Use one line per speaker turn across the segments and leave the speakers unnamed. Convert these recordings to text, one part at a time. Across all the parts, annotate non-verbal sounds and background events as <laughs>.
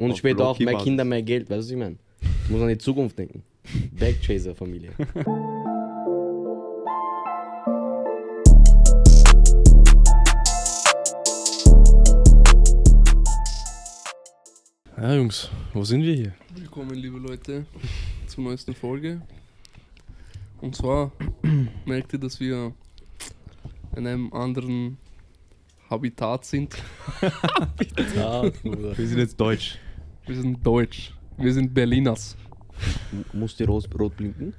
Und
Auf
später auch mehr
Low-Key-Basis.
Kinder, mehr Geld, weißt du, was ich meine? Ich muss an die Zukunft denken. Backchaser-Familie.
Ja, Jungs, wo sind wir hier?
Willkommen, liebe Leute, zur neuesten Folge. Und zwar merkt ihr, dass wir in einem anderen Habitat sind.
Ja,
<laughs>
Bruder.
Wir sind jetzt deutsch.
Äh,
Wir sind Deutsch. Wir sind Berliners.
M- Muss die rot, rot blinken?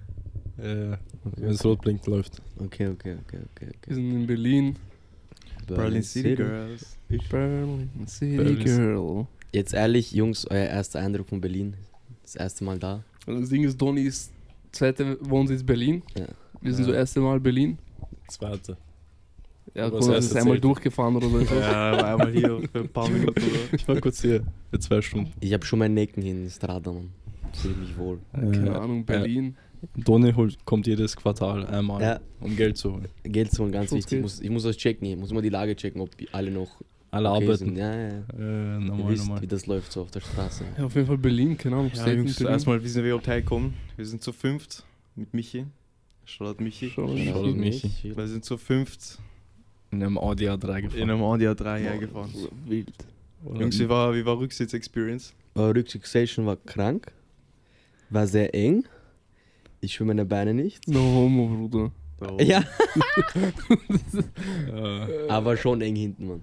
Äh, wenn es rot blinkt, läuft.
Okay, okay, okay, okay.
Wir
okay.
sind in Berlin.
Berlin City Girls.
Berlin City
Berlin.
Girl.
Jetzt ehrlich, Jungs, euer erster Eindruck von Berlin. Das erste Mal da.
Also das Ding ist, Donny ist zweite Wohnsitz Berlin.
Ja.
Wir sind
Ja.
so erste Mal Berlin.
Zweite.
Ja,
Aber
cool,
das
das
erste
ist einmal
zählt.
durchgefahren oder so.
Ja, war einmal hier für
<laughs>
ein paar Minuten. Oder?
Ich war kurz hier. Für zwei Stunden.
Ich habe schon meinen Necken in Strada, Mann. Fühle mich wohl.
Keine
Äh,
Ahnung, Berlin.
Donny holt, kommt jedes Quartal einmal,
Ja.
um Geld zu holen.
Geld zu holen, ganz
Schon
wichtig. Ich
okay.
muss, ich muss das checken. Ich muss immer die Lage checken, ob die alle noch
Alle
okay
arbeiten.
sind. Ja, ja, ja.
Äh,
Ihr
normal,
wisst, wie
normal.
das läuft so auf der Straße.
Ja, auf jeden Fall Berlin, keine Ahnung.
Ja,
safe in
Jungs,
Berlin.
erstmal wissen wir, ob teilkommen. Wir sind zu fünft mit Michi. Shoutout Michi.
Schau mal.
Shoutout
Schaut
Michi.
mich.
Wir sind zu fünft
In einem Audi A3 gefahren.
in einem Audi A3 hergefahren.
Wild.
Oder-
Jungs, wie war, wie war Rücksitz-Experience?
Eure Rücksitz-Session war krank, war sehr eng. Ich für meine Beine nicht.
No homo, Bruder.
Ja,
Äh,
aber schon eng hinten, Mann.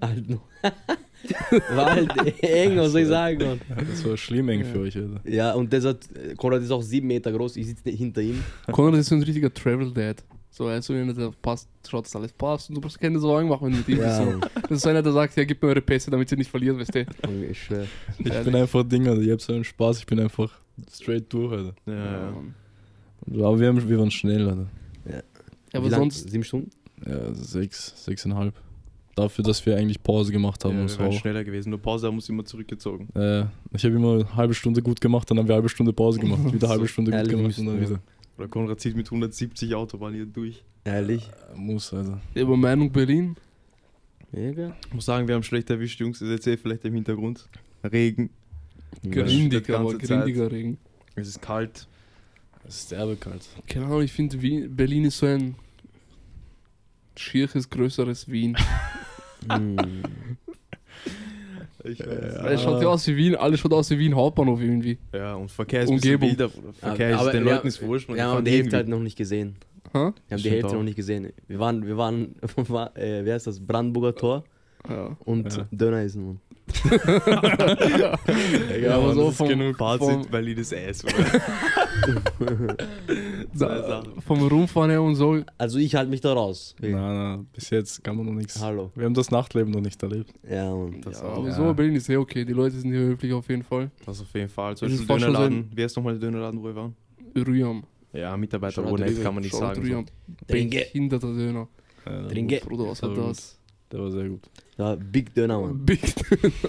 Halt nur. <laughs> war halt eng, was soll ich sagen, Mann.
das war schlimm eng für euch, Alter.
Ja, und der sagt, Konrad ist auch sieben Meter groß, ich sitze hinter ihm.
Konrad ist so ein richtiger Travel Dad. So, weißt du, wenn er passt, schaut, dass alles passt und du brauchst keine Sorgen machen, wenn du mit ihm bist. So.
Mann.
Das ist so einer, der sagt, ja, gib mir eure Pässe, damit ihr nicht verliert, weißt du.
Junge, Ich schwör.
Ich bin einfach Ding, Alter. Ich hab so einen Spaß. Ich bin einfach straight durch, Alter.
Ja,
Ja,
ja.
Mann.
Aber wir, haben, wir waren schnell, Alter.
Ja,
Wie
aber
lang?
sonst,
Sieben Stunden?
Ja, sechs, sechseinhalb. Dafür, dass wir eigentlich Pause gemacht haben
ja
und
wir
so.
wären
auch.
schneller gewesen. Nur Pause haben uns immer zurückgezogen.
Äh, ich habe immer eine halbe Stunde gut gemacht, dann haben wir eine halbe Stunde Pause gemacht, wieder eine halbe
So,
Stunde gut
ehrlich, wir
gemacht und dann
müssen,
wieder.
Oder Konrad zieht mit 170 Autobahn hier durch.
Ehrlich?
Äh, Muss, also.
über Meinung Berlin.
Mega.
Ich muss sagen, wir haben schlecht erwischt, Jungs. Ihr seht eh vielleicht im Hintergrund. Regen.
Grindig,
Die
aber
ganze Zeit.
grindiger Regen.
Es ist kalt.
Es ist derbe kalt.
Keine Ahnung, ich finde, Wien- Berlin ist so ein schierches, größeres Wien.
Hm.
Ich
weiß.
Es schaut ja aus wie Wien, alles schaut aus wie Wien Hauptbahnhof irgendwie.
Ja, und Verkehr ist ein bisschen
Umgebung.
wilder. Bruder. Verkehr ist
aber
den
wir-
Leuten ist wurscht. die
Ja,
fahren
und die Hälfte
irgendwie. <laughs>
halt noch nicht gesehen.
Ha?
Wir haben die
Stimmt
Hälfte
auch.
noch nicht gesehen. Wir waren, wir waren, <laughs> war, äh, wer ist das? Brandenburger Tor
Ja.
und
Ja.
Döner essen, Mann.
<laughs> Ja,
aber
aber
so
so ist
vom-
genug Fazit,
vom-
valides Ass. Oder? Zwei
Da,
Sachen.
vom Rumfahren her und so.
Also ich halte mich da raus.
Nein, nein, bis jetzt kann man noch nichts.
Hallo.
Wir haben das Nachtleben noch nicht erlebt.
Ja, Mann.
Das,
ja,
auch.
aber
ja.
so Berlin ist sehr okay. Die Leute sind hier höflich auf jeden Fall.
das auf jeden Fall. Zum
Es ist
Beispiel
fast schon so ein-
Dönerladen. Wer ist nochmal der Dönerladen, wo wir waren?
Rüham.
Ja, Mitarbeiter,
Schaut
wo nicht,
drüber,
kann man nicht
Schaut
sagen.
Rüham.
Trinke.
Behinderter Döner.
Äh,
Trinke.
Bruder, was
war
war
gut.
das?
Der war sehr gut.
Ja, Big Döner, Mann.
Big <laughs>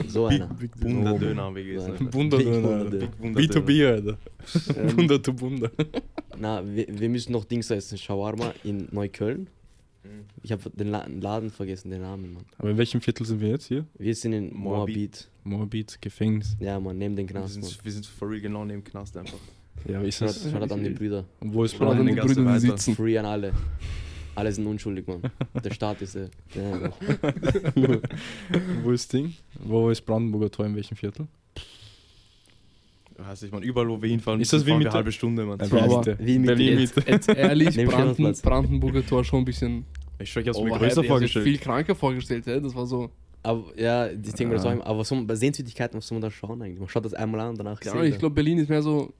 So
Big,
einer.
Big Wunder Döner haben wir gegessen. Alter.
Bunderdöner.
Big
Alter.
ne? Big Wunder Döner.
B2B, Alter. <laughs> Bunder to Bunder.
Na, wir, wir müssen noch Dings essen. Shawarma in Neukölln. Ich habe den La Laden vergessen, den Namen, Mann.
Aber in welchem Viertel sind wir jetzt hier?
Wir sind in
Moabit.
Moabit.
Moabit, Gefängnis.
Ja, Mann, neben den
Wir
Knast, Mann.
sind, wir sind for real genau neben dem Knast einfach.
Ja, wie ist
Schaut,
das?
schaut an die Brüder.
Und wo ist
Schaut an
Plan?
die Gasse
Brüder, die
weiter.
sitzen.
Free an alle. Alle sind unschuldig, Mann. Der Staat ist äh, der. Ja, Mann.
<laughs> Wo ist Ding? Wo ist Brandenburger Tor? In welchem Viertel?
Weiß ich, man, überall wo wir hinfahren,
Ist das
müssen,
wie
fahren
mit
wir
der-
halbe Stunde, man.
Äh,
Zwei
aber-
Stunden.
Wie mit
Berlin
Berlin.
mit.
Jetzt ehrlich,
Neben
Branden,
Schillerplatz.
Brandenburger Tor schon ein bisschen
Ich schwör, ich hab's mir
overhyped.
größer
Ich hab's mir
vorgestellt.
viel kranker vorgestellt. Ja. Das war so,
Aber ja, ich denke mir das auch
Ah.
immer. Aber was soll man, bei Sehenswürdigkeiten, was soll man da schauen eigentlich? Man schaut das einmal an und danach
keine Ahnung, ich
ist
glaube, Berlin ist mehr so,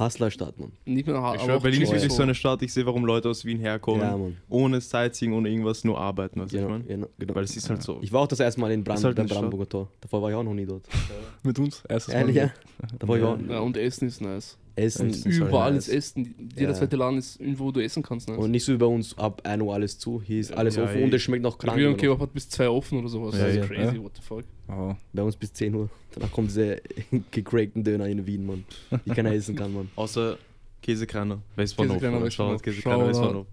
Hustlerstadt, Mann.
nicht mehr hart.
Ich schwör, Berlin ist
chill.
Oh.
wirklich so eine Stadt, ich sehe, warum Leute aus Wien herkommen.
Ja, Mann.
Ohne Sightseeing, ohne irgendwas, nur arbeiten, weißt du,
Genau,
ich mein?
genau, genau.
Weil es ist halt so.
Ich war auch das erste Mal in Brand,
Ist halt
beim
eine Stadt.
Brandenburger Tor. Davor war ich auch noch nie dort.
Mit uns? Erstes
Ehrlich,
Mal.
ja? Da war ich auch.
Ja, und Essen ist nice.
Essen
Essen ist
Überall
halt
ist
nice.
Essen. Jeder
Ja.
zweite Laden ist irgendwo, wo du essen kannst. Nice.
und nicht so über uns ab 1 Uhr alles zu. Hier ist alles
Ja,
offen
eh.
und es schmeckt noch krank.
Rüham
immer noch.
Kebab hat bis zwei offen oder sowas.
Ja,
das
ja.
ist crazy,
Ja.
what the fuck.
Oh.
Bei uns bis 10 Uhr. <laughs> Danach kommt dieser gecrackten Döner in Wien, Mann. Die keiner essen kann, Mann.
Außer Käsekreiner, Westbahnhof.
Käsekreiner,
Käsekreiner,
Westbahnhof.
Käsekreiner,
Shoutout.
Westbahnhof.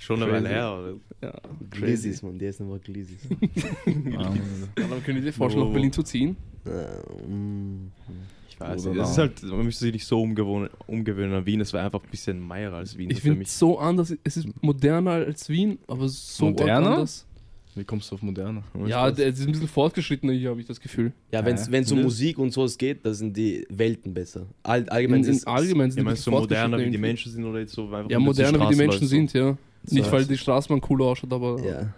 Schon eine
Crazy.
Weile her, oder?
Ja.
Glizzies, Mann, der ist nochmal Glizzies.
Dann können wir dir vorstellen,
Wo-
nach Berlin zu ziehen.
Ähm,
Ich weiß
Oder
nicht. Es ist
da.
halt, man müsste sich nicht so umgewohnen, umgewöhnen an Wien. Es war einfach ein bisschen meier als Wien
Ich
für
finde
mich.
es so anders. Es ist moderner als Wien, aber so arg
Moderner?
anders.
Wie kommst du auf moderne?
Ja, es ist ein bisschen fortgeschrittener hier, habe ich das Gefühl.
ja, wenn es
Ja.
um Musik und sowas geht, da sind die Welten besser. All, allgemein
in,
ist
in allgemein
Ich
sind die
meine, so moderner wie die
fortgeschrittener
Menschen sind oder jetzt so einfach.
irgendwie. Ja,
mit den
moderner wie die
Straßenleuten so.
Menschen sind, ja.
So
Nicht, weil
ist
die Straßenbahn cooler ausschaut, aber.
Ja.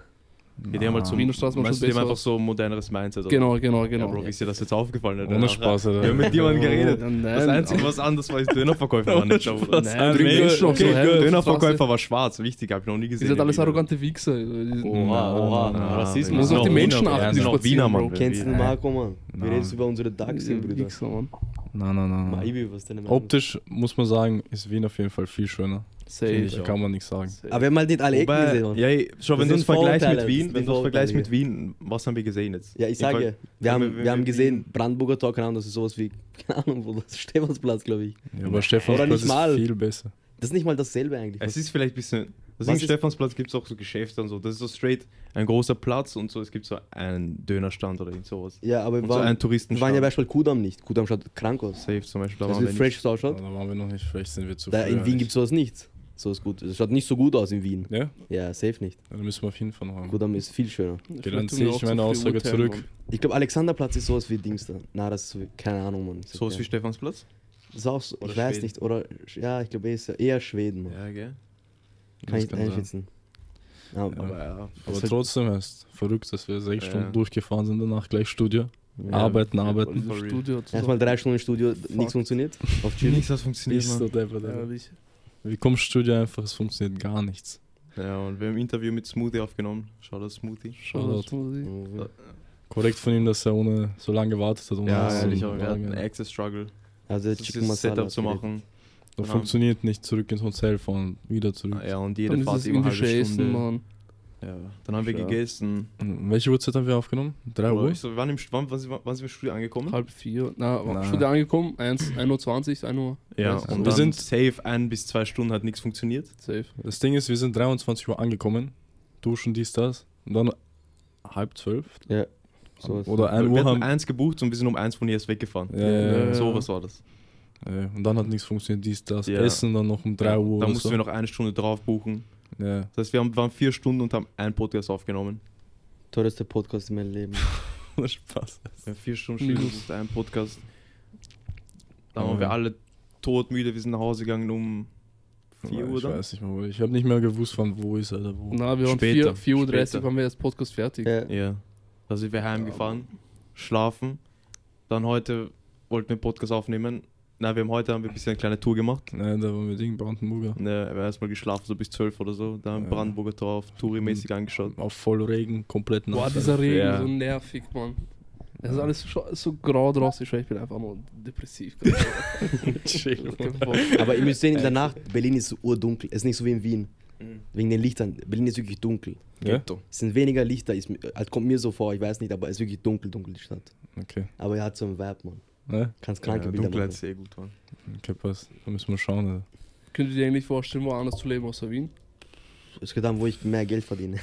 Ja, die haben halt so.
Ah. Wiener Straßenbahn
meinst
schaut
du, die haben
besser
einfach
aus.
so ein moderneres Mindset. oder?
Genau, genau,
Ja,
genau.
Bro, wie ist dir das jetzt aufgefallen? Alter?
Ohne Spaß,
Wir haben
Alter.
mit jemandem geredet.
Ja, nein,
Ähm,
Das Einzige,
aber-
was anders war, ist
<laughs>
Dönerverkäufer war nicht schwarz.
Nein, aber die
Mensch,
Menschen auch so, hä?
Dönerverkäufer war schwarz, wichtig, hab ich noch nie
Ihr
gesehen.
seid
in
alles
Wien.
arrogante Wichser. Die-
Oha, oha,
na, na,
Rassismus.
na,
Muss
na,
auf die
na,
Menschen
na,
achten,
na,
die
na,
spazieren,
Wiener,
Bro.
Mann.
Kennst du den
Nein.
Marco, Mann? Wir
Nein.
reden über unsere Taxi, Bruder.
Wichser, Mann.
Nein, nein, nein. nein.
Maibi, was ist deine Meinung?
Optisch muss man sagen, ist Wien auf jeden Fall viel schöner.
Safe.
da kann man nichts sagen.
Safe.
Aber wir haben halt nicht alle Ecken
Wobei,
gesehen, Mann.
Ja, ey, schon, wenn
Das
du es
sind Vorurteile,
vergleichst mit
das
Wien,
sind
wenn du es
Vorurteile.
vergleichst mit Wien, was haben wir gesehen jetzt?
Ja, ich
Im
sage,
Ver-
ja, wir haben,
wenn wir-
wir haben
wenn wir-
gesehen, Brandenburger Tor, keine Ahnung, das ist sowas wie, <laughs> keine Ahnung, wo das Stephansplatz, glaube ich.
Ja, aber Stefan
Oder nicht
ist
mal.
viel besser.
Das ist nicht mal dasselbe eigentlich.
Es ist vielleicht ein bisschen.
Was
Deswegen
ist-
Stephansplatz gibt es auch so Geschäfte und so. Das ist so straight ein großer Platz und so. Es gibt so einen Dönerstand oder irgend sowas.
ja, aber
Und
wir
so einen
waren, wir
Touristenstand.
waren ja beispielsweise Kudam nicht. Kudam schaut krank aus.
Safe zum Beispiel. Da
Das
waren
ist
wir
fresh so
Ja,
ausschaut.
da waren wir noch nicht, vielleicht sind wir zu
Da in
früh
Wien gibt es
eigentlich.
sowas nicht. So ist gut. Es schaut nicht so gut aus in Wien.
Ja,
Ja, safe nicht.
dann müssen wir auf jeden Fall noch haben.
Kudam ist viel schöner.
Vielleicht
dann
tun wir
ziehe
auch
ich
zu
meine
viel
Aussage
urteilen,
zurück.
Mann.
Ich glaube, Alexanderplatz ist sowas wie Dings da. Na, das ist so, keine Ahnung, Mann.
nicht. So ist wie Stephansplatz?
Das ist auch so,
Oder
ich weiß
Schweden.
nicht, oder, ja, ich glaube, er ist ja eher Schweden. Mann.
Ja, gell?
Kann
Das
ich nicht
kann sein.
einschätzen. Ja,
Aber ja.
Aber
ist halt-
trotzdem ist verrückt, dass wir sechs
Ja.
Stunden durchgefahren sind, danach gleich Studio.
Ja.
arbeiten, arbeiten.
Dieses
For real.
Studio hat
Erstmal drei Stunden im Studio,
Fuck.
nichts funktioniert. Auf
<laughs>
Chill.
Nichts, das funktioniert. ne?
Bist
Mann.
du Deppert,
Ja,
Alter.
wie ich-
Wie kommt Studio einfach, es funktioniert gar nichts.
Ja, und wir haben ein Interview mit Smoothie aufgenommen. Schau das Smoothie.
Shoutout.
Shoutout.
Ja.
Korrekt von ihm, dass er ohne so lange gewartet hat. Ohne
Ja,
das zu
ehrlich, aber wir hatten
sagen,
einen
ja.
Access Struggle.
Also der
Das
Chicken
ist
Masala.
Setup zu
direkt.
machen.
Da
Dann
funktioniert nicht zurück ins Hotel fahren, wieder zurück.
Ja, und
Dann
jede
ist
Fahrt
das
über eine
indische
halbe
Essen,
Stunde.
Mann.
Ja. Dann haben wir
Sure.
gegessen.
Welche Uhrzeit haben wir aufgenommen? 3
Oder
Uhr?
ich so, wir waren im, St- wann, wann, sind wir- wann sind wir im Studio angekommen?
Halb vier. Na,
Na.
Studio angekommen, 1, 1.20 Uhr, 1 Uhr.
Ja,
Weiß
und
ich nicht.
wir
wir
sind
sind-
safe ein bis zwei Stunden, hat nichts funktioniert.
Safe.
Das Ding ist, wir sind 23 Uhr angekommen, duschen dies, das. Und dann halb zwölf
Sowas.
oder 1
wir
Uhr
hatten
haben.
eins gebucht und wir sind um eins von hier erst weggefahren.
Ja, ja,
Ja.
ja.
So was war das.
Ja, Und dann hat nichts funktioniert, dies, das.
Ja.
Essen dann noch um 3 Uhr.
Da
oder
mussten
so.
wir noch eine Stunde drauf buchen.
Ja.
Das heißt, wir haben, waren vier Stunden und haben einen Podcast aufgenommen.
Teuerste Podcast in meinem
<laughs>
Leben.
Spaß.
Wir haben vier Stunden
Minus.
Minus. einen Podcast. Da waren
Ja.
wir alle todmüde, wir sind nach Hause gegangen um 4 Uhr
Ich
dann.
weiß nicht mehr, wo. Ich habe nicht mehr gewusst, von wo ist er, wo.
Na, wir waren
Später,
4 4.30 Uhr
später.
waren wir das Podcast fertig.
ja.
Ja. Da sind wir heimgefahren, schlafen. Dann heute wollten wir einen Podcast aufnehmen. Na, wir haben heute haben wir ein bisschen eine kleine Tour gemacht.
Nein, da waren wir Ding, Brandenburger.
Ne, wir haben erstmal geschlafen, so bis 12 oder so. Da haben wir
Ja.
Brandenburger Tor auf Touri-mäßig angeschaut.
Auf Vollregen, komplett
Boah,
nass.
dieser Regen,
Ja.
so nervig, Mann. Es ist alles so, so grau draußen, ich schwör, ich bin einfach nur
<laughs>
depressiv. grad. Ich hab keinen Bock.
Aber ihr müsst sehen, in der Nacht, Berlin ist so urdunkel. Es ist nicht so wie in Wien.
Mhm.
Wegen den Lichtern. Berlin ist wirklich dunkel.
Ja?
Es sind weniger Lichter. Ist, mir- also kommt mir so vor, ich weiß nicht, aber es ist wirklich dunkel, dunkel die Stadt.
Okay.
Aber er hat so einen Vibe, Mann.
Ne?
Kannst kranke
Kranke ja,
Bilder
Dunkelheit ist
machen.
sehr gut, Mann.
Okay, passt. Da müssen wir schauen. Alter.
Könnt ihr dir eigentlich vorstellen, woanders zu leben außer Wien?
Es geht dann, wo ich mehr Geld
<laughs>
verdiene.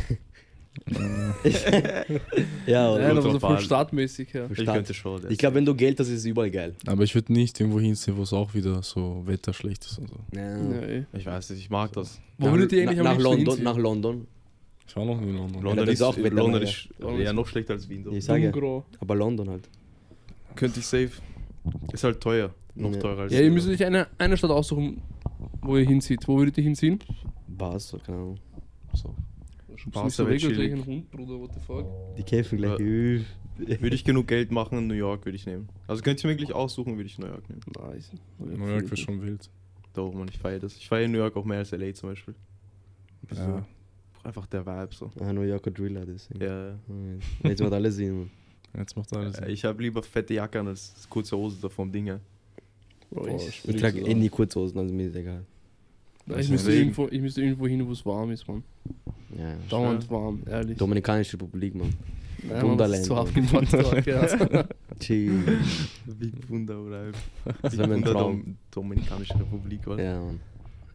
Äh,
ja,
Nein,
oder?
gut,
aber so
auf
voll
Bali.
startmäßig, ja.
Ich
Stadt.
könnte schon.
Ich glaube, wenn du Geld hast, ist es überall geil.
Aber ich würde nicht irgendwo hinziehen, wo es auch wieder so Wetter schlecht ist und so.
ja ey.
ich weiß nicht, ich mag das.
Wo würdet ihr
Na-
eigentlich am
nach,
liebsten
London,
hinziehen?
nach London.
Ich war noch nie in London.
Ja,
London
da
ist,
ist auch Wetter,
London
ja.
ist
London
ja
ist-
noch schlechter als Wien. So.
Ich sage,
Dunkelgrau.
aber London halt.
Könnte ich safe. Ist halt teuer. Noch
Ja.
teurer als
Ja, ihr
Wien.
müsst euch eine, eine Stadt aussuchen, wo ihr hinzieht. Wo würdet ihr hinziehen?
Bars, keine Ahnung.
So.
Ist nicht
Barca wäre
weg, als hätte ich
chillig.
einen Hund, Bruder, what the fuck?
Die kämpfen gleich. Äh.
Ja.
Üh.
Würde ich genug Geld machen, in New York würde ich nehmen. Also könnt ihr mir wirklich aussuchen, würde ich New York nehmen.
Nice.
New York wäre schon wild.
Doch, man, ich feiere das. Ich feiere New York auch mehr als LA zum Beispiel.
Ja.
Einfach der Vibe so.
Ah, New Yorker Driller, deswegen.
Ja.
Hm, Jetzt wird alle sehen, Mann.
Jetzt macht alles.
Äh, Ich habe lieber fette Jacke an als kurze Hose da vom
<laughs>
Ding her.
Bro,
Boah,
ich,
Ich
Würde ich
trage
so
eh
sagen.
nie Kurzhosen, also mir ist egal.
Nein, ich,
Deswegen.
müsste irgendwo, ich müsste irgendwo hin, wo es warm ist, Mann.
Ja, ja.
Dauernd warm, ehrlich.
Dominikanische Republik, Mann.
Nein, Mann, das ist zu
Wunderland. <laughs>
abgefuckt. ja.
Chill.
Wie Wunder oder
Das wäre mein
Wunder
Traum.
Dom Dominikanische Republik, oder?
Ja, Mann.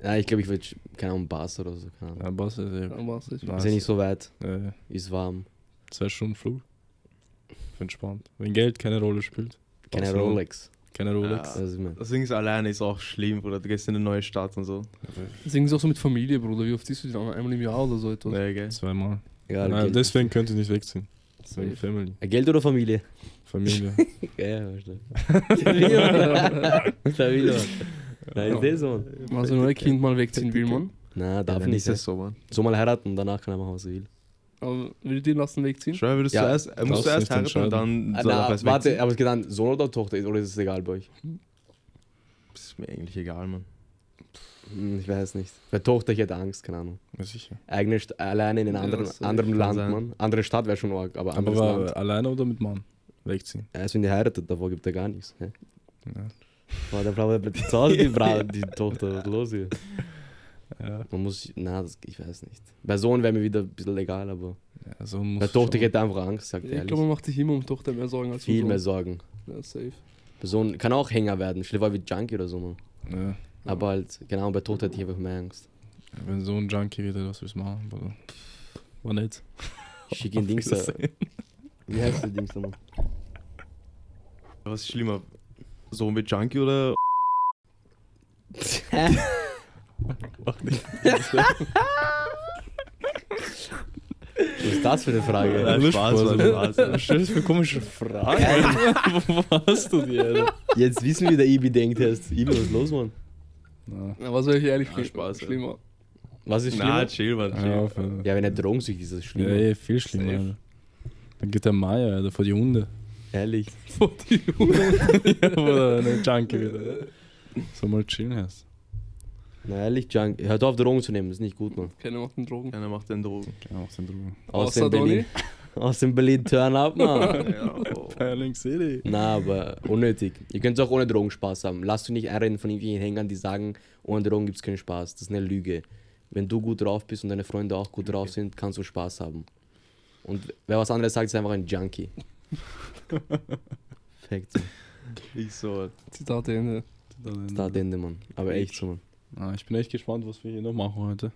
Ja, ich glaube, ich würde, keine Ahnung, Bas oder so. Keine Ahnung.
Ja, Boss, ist ja,
Ja, was ich.
Ja.
Ist ja nicht so weit,
äh,
ist warm.
zwei Stunden Flug. Für entspannt. Wenn Geld keine Rolle spielt.
Keine
Barcelona.
Rolex.
Keine Rolex.
Das ist immer.
Das Ding ist, alleine ist auch schlimm, Bruder. Du gehst in eine neue Stadt und so.
Deswegen ist es auch so mit Familie, Bruder. Wie oft siehst du die dann? Einmal im Jahr oder so etwas?
Nee, gell?
Zweimal.
Egal,
Nein,
Geld.
deswegen könnt ihr nicht wegziehen. Wegen
Safe.
Family.
Geld oder Familie? <laughs>
Familie.
Ja, <laughs> verstehe.
<laughs>
Familie. Familie. Nein, ist das so. Mann.
Also nur ein Kind mal wegziehen will man.
Na, darf
Darf
nicht.
nicht
ja.
das so, Mann.
So mal heiraten, danach kann er machen, was er will.
Aber würdet ihr ihn lassen wegziehen?
Schreibe, würdest
Ja,
du erst, er musst
darfst
du erst
nicht
heiraten und dann
Ah,
soll er
na,
erst
warte,
wegziehen?
aber es geht dann Sohn oder Tochter ist, oder ist es egal bei euch?
Ist mir eigentlich egal, Mann.
Hm, Ich weiß nicht. Bei Tochter, ich hätte Angst, keine Ahnung.
Ja, sicher.
Eigene St alleine in einem
Ja,
anderen,
das, äh,
anderem
kann
Land,
sein.
Mann. Andere Stadt wäre schon arg, aber
Aber
anderes
war
Land.
alleine oder mit Mann? Wegziehen.
Erst wenn die heiratet, davor gibt er gar nichts. Hä?
Ja.
Boah, der Frau bleibt zu Hause,
<laughs>
die, Bra die Tochter. Was ist los hier?
Ja.
Man muss, na, das, ich weiß nicht. Bei Sohn wäre mir wieder ein bisschen legal, aber
ja so muss
bei Tochter
schon.
hätte einfach Angst, sagt
Ich
ehrlich.
glaube, man macht sich immer um Tochter mehr Sorgen als um
Viel
Sohn.
mehr Sorgen.
Ja, safe.
Bei Sohn kann auch Hänger werden, stell dir vor wie Junkie oder so, Mann.
Ja.
Aber halt, genau, bei Tod hätte ich einfach mehr Angst.
Wenn so ein Junkie wird, was willst du machen? Bruder? War nett.
Schick ihn Dings da. Wie heißt der Dings da, Mann?
Was ist schlimmer? So mit Junkie oder
Was ist das für eine Frage?
Nein,
Nur
Spaß,
Spaß,
Mann,
Alter.
Spaß,
<laughs>
Alter.
Was stellst du Also, für komische Fragen? Wo warst du die, Alter?
Jetzt wissen wir, wie der Ibi denkt, heißt. Ibi, was ist los, Mann?
Na,
Na, was soll ich ehrlich
Ja,
schli-
Spaß, ja.
schlimmer? <laughs>
Was ist schlimmer?
Na, chill, Mann. Chill.
hör auf, Alter.
Ja, wenn er drogensüchtig ist, ist das
Ja,
schlimmer.
ey, viel schlimmer.
Safe.
Alter. Dann geht der Maya, Alter, vor die
<laughs>
Hunde. <laughs>
Ehrlich.
Oder eine Junkie wieder. So mal chillen heißt.
Na, ehrlich, Junk. Hört auf, Drogen zu nehmen, ist nicht gut, Mann.
Keiner macht den Drogen.
Keiner macht den Drogen.
Ja, auch den Drogen.
Aus dem
Außer Donny?
Berlin. <laughs> Aus dem Berlin Turn up, Mann.
<laughs> <laughs> Ja, oh.
Piling City.
Na, aber unnötig. Ihr könnt auch ohne Drogen Spaß haben. Lasst euch nicht einreden von irgendwelchen Hängern, die sagen, ohne Drogen gibt's keinen Spaß. Das ist eine Lüge. Wenn du gut drauf bist und deine Freunde auch gut drauf sind, kannst du Spaß haben. Und wer was anderes sagt, ist einfach ein Junkie. Perfekt.
Ich so. äh,
Zitate Ende.
Da Ende, Mann. Aber echt so, Mann.
Ah, ich bin echt gespannt, was wir hier noch machen heute.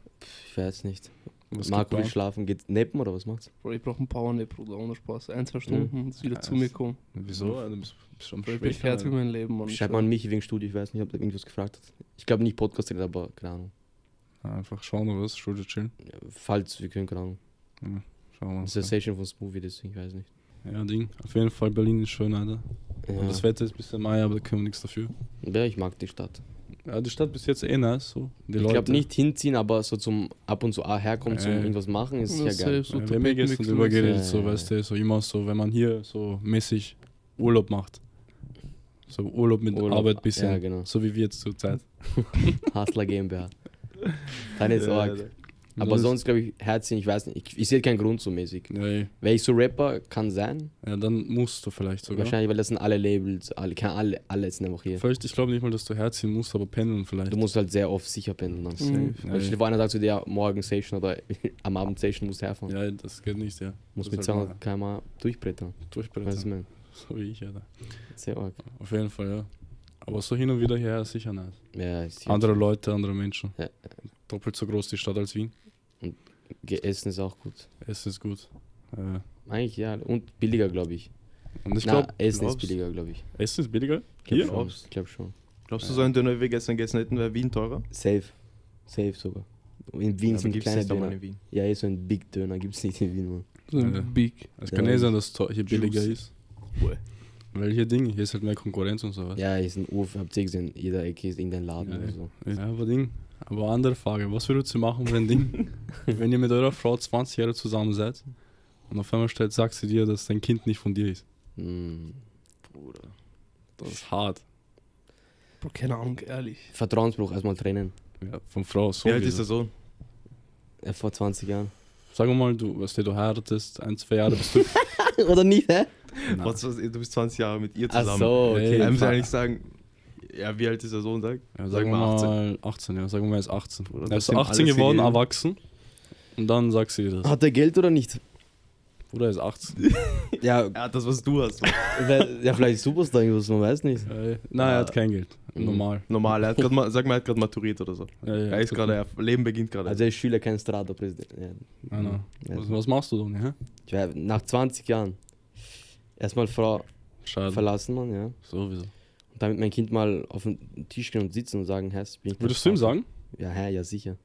Ich weiß nicht.
Was
Marco will
geplant?
schlafen. Geht neppen oder was macht's?
Bro, ich brauche einen Powernap, Bruder, ohne Spaß. Ein, zwei Stunden, ist wieder
Ja,
zu
das-
mir kommen.
Wieso? Alter, Du bist, bist am
Bro, ich bin
Schwächen,
fertig mit
Alter.
meinem Leben, Mann.
Schreibt mal an mich wegen Studio. Ich weiß nicht, ob er irgendwas gefragt hat. Ich glaube nicht Podcast, aber keine Ahnung.
Ah, Einfach schauen, oder was? Schulter chillen.
Falls, wir können, keine Ahnung.
Schauen wir
Das ist eine
mal.
Session von Smoothie, deswegen, ich weiß nicht.
Ja, Ding. Auf jeden Fall, Berlin ist schön, Alter.
Ja.
Und das Wetter ist ein bisschen Maya, aber da können wir nichts dafür.
ja, ich mag die Stadt.
Ja, die Stadt bis jetzt eh nice, so. Die
ich glaube
Leute.
nicht hinziehen, aber so zum ab und zu ah, herkommen, zum
Äh.
irgendwas machen, ist ja
Das
geil.
selbst so
ja, wir haben ja gestern
Tapetenwechsel-
drüber geredet,
Ja,
so,
ja,
weißt du, so immer so, wenn man hier so mäßig Urlaub macht. So Urlaub mit
Urlaub.
Arbeit bisschen.
Ja, genau.
So wie wir jetzt zurzeit.
Hustler
<laughs>
GmbH. Keine
Ja,
Sorge.
Alter.
aber sonst glaube ich, Herzchen, ich weiß nicht, ich, ich sehe keinen Grund so mäßig.
Nee.
Wäre ich so Rapper, kann sein.
Ja, dann musst du vielleicht sogar.
Wahrscheinlich, weil das sind alle Labels, alle, kann alle, alle sind einfach hier.
Vielleicht, ich glaube nicht mal, dass du herziehen musst, aber pendeln vielleicht.
Du musst halt sehr oft sicher pendeln. Dann.
Mhm.
Safe.
Weil stell dir vor, einer sagt zu dir, ja, morgen Session oder <laughs> am Abend Session musst du herfahren.
Ja, ja, das geht nicht, ja.
Muss
Das
mit
ist halt
200 km durchbrettern.
mal
Weißt du,
Durchbrettern.
man,
So wie ich, Alter.
sehr arg.
Auf jeden Fall, ja. Aber so hin und wieder hierher ist sicher nicht.
Ja, ist hier.
Andere Leute, andere Menschen.
Ja.
Doppelt so groß die Stadt als Wien.
Essen ist auch gut.
Essen ist gut. Äh,
Eigentlich ja. Und billiger, glaube ich.
Und ich
Na,
glaube,
Essen ist
glaubst-
billiger, glaube ich.
Essen ist billiger.
Glaub
Hier?
schon,
Glaubst-
Ich glaube schon.
Glaubst du, so ein Döner, wie wir gestern gegessen hätten, wäre Wien teurer?
Safe. Safe sogar. In Wien
Aber
sind
gibt's
kleine
nicht einmal
Döner.
in Wien.
Ja, ist so ein Big Döner, gibt's nicht in Wien, Mann.
So ein
Ja.
Big.
Es
Ja,
kann
aber
eh sein, dass to- hier billiger
Juice.
ist.
Boah.
Weil hier Ding, hier ist halt mehr Konkurrenz und sowas.
Ja, hier ist ein Uf, habt ihr gesehen, jeder Ecke ist irgendein Laden
Ja,
oder
ja.
so.
Ja, aber Ding. Aber andere Frage, was würdet ihr machen, wenn
<laughs>
Ding, wenn ihr mit eurer Frau 20 Jahre zusammen seid und auf einmal stellt, sagt sie dir, dass dein Kind nicht von dir ist?
Hm.
Bruder.
Das ist hart.
Bro, keine Ahnung, ehrlich.
Vertrauensbruch, erstmal trennen.
Ja, von Frau so.
Wie alt ist der Sohn?
Äh, vor 20 Jahren.
Sagen wir mal, du, weißt du, du heiratest, ein, zwei Jahre bist du.
<laughs> oder nicht, hä?
Na,
Was, was, du bist 20 Jahre mit ihr
Ach
zusammen.
so,
Ey,
okay.
Er muss
Ja,
eigentlich sagen, ja, wie alt ist der Sohn? Sag,
ja,
sag
sagen wir
mal 18.
mal 18, ja, sagen wir mal, er ist 18.
Oder
er
das
ist
sind
18
alles
geworden,
Ideen.
erwachsen. Und dann sagt sie dir das.
Hat er Geld oder nicht?
Bruder, er ist 18.
Ja,
Er hat das, was du hast.
wer- ja Mhm. vielleicht Superstar irgendwas, man weiß nicht.
Äh, Nein, er hat kein Geld. Normal.
Normal, er hat grad mal, sag mal, er hat gerade maturiert oder so.
Ja, ne? ja,
er ist
so-
gerade, er- Leben beginnt gerade.
Also er ist Schüler, kein Strada-Präsident. Ja.
Ja, na.
Ja.
Was, was machst du, Donny? Hä?
Ich wär- Nach 20 Jahren erstmal Frau
Schade.
verlassen, Mann, ja.
Sowieso.
Und damit mein Kind mal auf den Tisch gehen und sitzen und sagen, hä, ich bin ich
Würdest du ihm sagen?
Ja, hä, ja, sicher.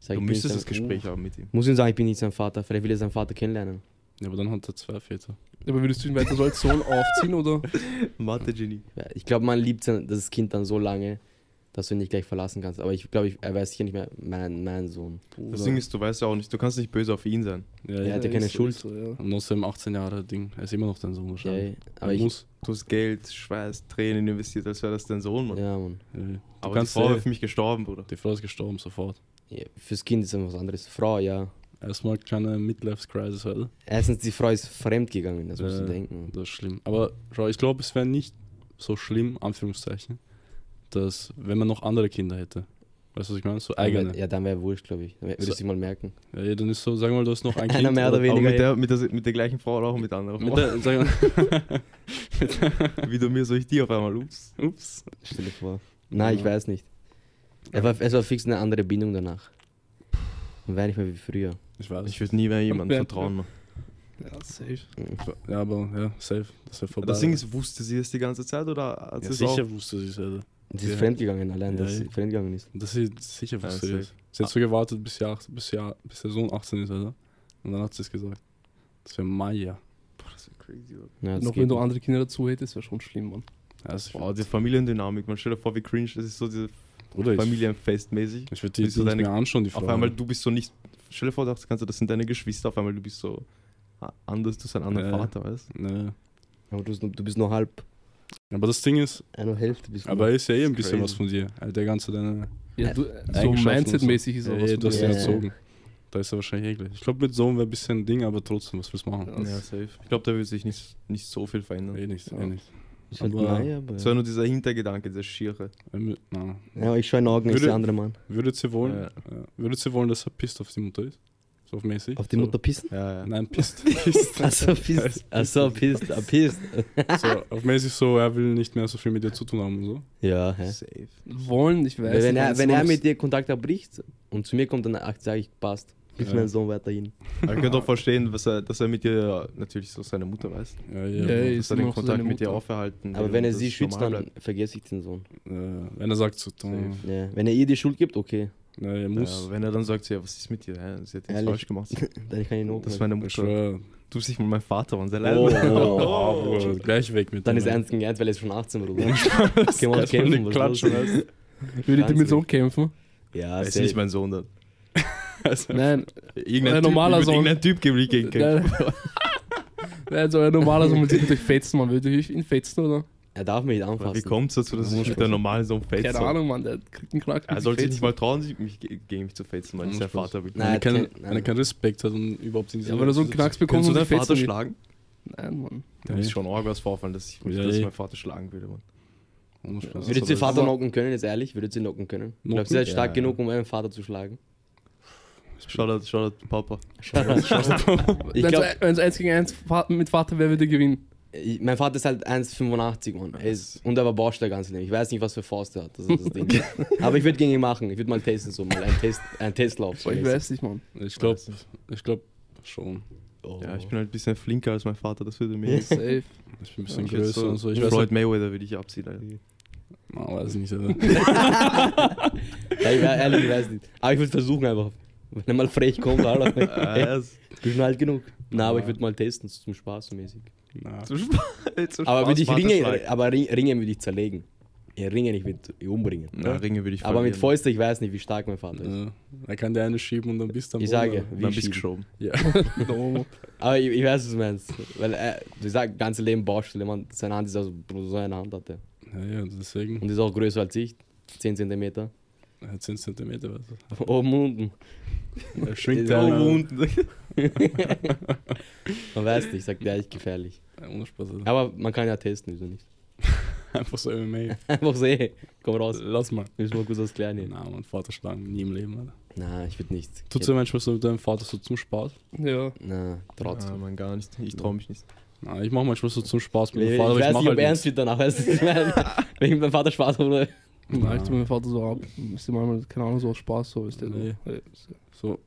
Sag,
du
ich bin
müsstest
nicht
das
sein-
Gespräch haben mit ihm.
Muss ihm sagen, ich bin nicht sein Vater. Vielleicht will er seinen Vater kennenlernen.
Ja, aber dann hat er zwei Väter.
Aber würdest du ihn weiter so als Sohn aufziehen oder?
Mathe-Genie.
Ja, Ich glaube, man liebt sein, das Kind dann so lange, dass du ihn nicht gleich verlassen kannst. Aber ich glaube, ich, er weiß sicher nicht mehr mein, mein Sohn.
Das Ding ist, du weißt ja auch nicht, du kannst nicht böse auf ihn sein.
Ja, er hat ja
ist
keine
so,
Schuld.
ist So, ja.
Und außerdem 18 Jahre Ding. Er ist immer noch dein Sohn
Ja,
wahrscheinlich.
aber
Er
ich,
muss.
Du hast Geld, Schweiß, Tränen investiert, als wäre das dein Sohn, Mann.
ja, Mann.
Ja, ja.
Aber die
kannst
Frau
eh-
wäre für mich gestorben, Bruder.
Die Frau ist gestorben sofort.
Ja, fürs Kind ist einfach was anderes. Frau, ja.
Erstmal kleine Midlife-Crisis, halt.
Erstens, die Frau ist fremdgegangen, das musst du
Äh,
denken.
Das ist schlimm. Aber schau, ich glaube, es wäre nicht so schlimm, Anführungszeichen, dass, wenn man noch andere Kinder hätte. Weißt du, was ich meine? So
Dann wär-
eigene.
Ja, dann wäre wurscht, glaube ich. Dann wär-
So-
würdest du mal merken.
Ja, ja, dann ist so, sagen wir mal, du hast noch ein
<laughs> Einer
Kind.
mehr oder
Aber
Weniger,
mit der, mit, der, mit der gleichen Frau oder auch mit anderen
Mit
Frauen.
der, sagen wir,
<laughs> Wie du mir, so ich dir auf einmal. Ups.
ups.
Stell dir vor. Nein, ich
Ja.
weiß nicht. Es war, es war fix eine andere Bindung danach. Und wäre nicht mehr wie früher.
<laughs> Ich weiß.
Ich würde nie mehr jemandem
Wer-
vertrauen, Mann.
ja, safe.
ja, aber ja, safe. Das wäre vorbei.
Das Ding ist, wusste sie das die ganze Zeit oder hat
ja,
sie es auch
sicher wusste sie es, Alter.
Sie ist
Ja.
fremdgegangen, allein, dass
Ja,
sie
ja.
fremdgegangen ist.
Das ist sicher
Ja,
wusste sie
safe.
es. Sie hat so gewartet, bis, sie acht, bis, sie, bis der Sohn 18 ist, Alter. Und dann hat sie es gesagt. Das wäre Maya.
Boah, das ist crazy, Mann.
Ja, das
Noch
geht
wenn du
nicht.
andere Kinder dazu hättest, wäre schon schlimm, Mann.
Ja, das
Boah, diese Familiendynamik, man stell dir vor, wie cringe das ist, so diese
Bruder, ich,
Familienfestmäßig.
ich würde die
Willst du
nicht
deine-
mehr anschauen, die Frau.
Auf einmal,
Alter.
du bist so nicht. Stell dir vor, das Ganze, das sind deine Geschwister, auf einmal, du bist so a- anders, du bist ein anderer
Ja.
Vater, weißt du?
Nee.
Aber du, bist- du bist nur halb,
Aber das Ding ist,
eine Hälfte bist du.
aber
noch.
er ist ja eh ein bisschen
crazy.
was von dir. Also der ganze deine.
Ja,
Ja,
du, so
Eigenschaften und so.
Mindset-mäßig ist
Ja,
auch
ja, du hast ihn
dir. Ja, ja.
erzogen. Da ist er wahrscheinlich eklig. Ich glaube, mit Sohn wäre ein bisschen ein Ding, aber trotzdem, was willst du machen?
Ja. Das-
safe. Ich glaube, da wird sich nicht, nicht so viel verändern.
Eh nicht,
Ja.
eh nicht.
Ist halt
aber-
nein, aber.
Es war nur dieser Hintergedanke, dieser Schiere.
Ähm, na.
Ja, aber ich schaue in die Augen, ist
Würde-
der andere Mann.
Würdet ihr wollen,
Ja.
ja. würdet ihr wollen, dass er pisst auf die Mutter ist? So auf mäßig?
Auf die
so.
Mutter pissen? <laughs>
Ja,
Nein, pisst. pisst.
Achso, pisst. Achso, pisst. Ah, pisst.
so, auf mäßig so, er will nicht mehr so viel mit dir zu tun haben und so.
Ja, hä?
Safe.
Wollen, ich weiß
Wenn
nicht,
er,
das
wenn er
muss-
mit dir Kontakt abbricht und zu mir kommt, dann sage ich, passt. Gib
Ja.
meinen Sohn weiterhin.
Aber ich könnte auch verstehen, was er, dass er mit dir äh, natürlich so seine Mutter weiß.
Ja,
Ja,
ja.
ey,
Dass
ist
er
immer
den
noch so
Kontakt
seine
mit dir
Mutter.
aufrechterhalten will
Aber wenn
und
er
dass
sie
es
schützt,
normal
dann
bleibt.
vergesse ich den Sohn.
Äh, wenn er sagt so, dann,
Safe.
Ja. Wenn er ihr die Schuld gibt, okay.
ja, er
Ja,
muss.
aber wenn er dann sagt, ja, was ist mit dir? Hä? Sie hat nichts
Ehrlich?
falsch gemacht.
<laughs> Dann kann ich ihn auch.
Das ist meine
Ich
Mutter.
schwör.
Du bist nicht mal mein Vater, Mann. Sei leise.
Oh,
<laughs>
Oh,
oh, oh.
gleich weg mit
Dann ist
dem,
er
ey.
ernst gegen ernst, weil er ist schon 18, Bruder. <laughs> Kann man kämpfen, was ist
Klatschen,
los?
weißt du?
Würdet ihr mit
Wahnsinn.
so kämpfen?
<laughs> Ja,
Er ist nicht
Ah, safe.
mein Sohn dann.
Also,
Nein,
Irgendein, typ,
Ein normaler
ich würd
Sohn.
irgendein Typ geben, ich gegen
<laughs>
kämpfen.
nein.
<laughs>
Nein, so ein normaler Sohn mit sich natürlich fetzen, man. Würde ich ihn fetzen, oder?
Er darf mich nicht
Aber
anfassen.
Wie kommt es dazu, dass ich mit einem normalen Sohn fetze?
Keine Ahnung, Mann, der kriegt einen Knack.
Er sollte sich nicht mal trauen, sich- mich ge- gegen mich zu fetzen, weil ich sein
Spaß.
Vater bin.
wenn, er
Nein,
keinen,
nein.
wenn er keinen Respekt hat und überhaupt in
Ja, wenn er so einen Knacks bekommt
Kannst du
und
deinen
sich
Vater
fetzen geht.
schlagen?
Nein, Mann.
Das ist schon arg was vorfallen, dass ich mich,
Ja,
dass
eh.
mein Vater schlagen würde, Mann.
Würdet
Also,
ihr
ihr
Vater
aber-
knocken können, jetzt ehrlich? Würdet ihr knocken können?
Knocken?
Glaubst du, ihr seid stark
Ja.
genug, um euren Vater zu
<laughs>
schlagen?
Shoutout, Shoutout, Papa.
Ich
Wenn
glaub-
es wenn's eins gegen eins fa- mit Vater wäre, würde er gewinnen.
Ich- Mein Vater ist halt 1,85 Mann. Er ist, und er war Baustell ganz in dem. Ich weiß nicht, was für Faust er hat. Das ist das Ding.
<laughs>
Aber ich würde gegen ihn machen. Ich würde mal testen, so mal einen, Test, einen Testlauf. so
Aber ich
mäßig.
weiß nicht, Mann.
Ich glaube ich glaub, schon.
Oh.
Ja, ich bin halt ein bisschen flinker als mein Vater, das würde mir.
Ja.
Ich
Safe.
Ich bin ein bisschen
würd
größer und so. Ich weiß
Floyd
halt,
Mayweather würde ich abziehen, Alter.
na, weiß nicht. Alter.
<laughs> Ja, ich wär, ehrlich, ich weiß nicht. Aber ich würde versuchen einfach. Wenn er mal frech kommt, Alter.
<laughs> Ah,
Ey,
ja, Ah. ist-
bist schon alt genug. Na, aber ich
Ja.
würde mal testen, so zum Spaß so mäßig.
Na,
<laughs> Zu Spaß. zu
Aber
Spaß,
würde ich
Vater
Ringe,
schlagen.
aber Ring- Ringe würde ich zerlegen. Ja, Ringe nicht mit umbringen.
Na, Ringe würde ich
aber mit
verlieren.
Fäuste, ich weiß nicht, wie stark mein Vater ist.
äh, er kann dir eine schieben und dann bist du am
Ich
Boden,
sage,
Alter.
wie
Dann bist du
schieben.
geschoben.
Ja. <laughs>
No.
Aber ich, ich weiß, was du meinst. Weil er, du sagst, ganze Leben Baustelle, man, seine Hand ist also so eine Hand hatte.
ja, ja, deswegen.
Und ist auch größer als ich. 10 cm.
Er hat 10 cm. Weißt
<laughs> Oben und
<laughs>
unten.
du. Er schwingt
Ja,
ja,
ja.
ohne
Man weiß nicht, sagt der echt gefährlich.
ohne Spaß. Alter. <laughs>
Aber man kann ja testen, wieso nicht?
Einfach so MMA.
Einfach so, ey, komm raus.
Lass mal.
Müssen wir kurz was klären hier.
Na, mein Vater schlagen nie im Leben. Alter.
Na, ich würde nicht.
Tut so manchmal so mit deinem Vater so zum Spaß.
Ja.
Na, trotzdem.
Trotzdem. Ah, man, gar nicht. Ich traue mich nicht.
Na, ich mache manchmal so zum Spaß mit
Ich, ich
meinem Vater, aber ich
weiß
mache
nicht, ob
halt
er ernst
nichts.
wird danach. Weißt du, was ich meine? Wenn ich meinem Vater Spaß habe.
Na, ich
Ja.
tu meinem Vater so ab. Ist ihm manchmal, keine Ahnung, so aus Spaß, so Also, ist der
Nee.
so. Ey,
So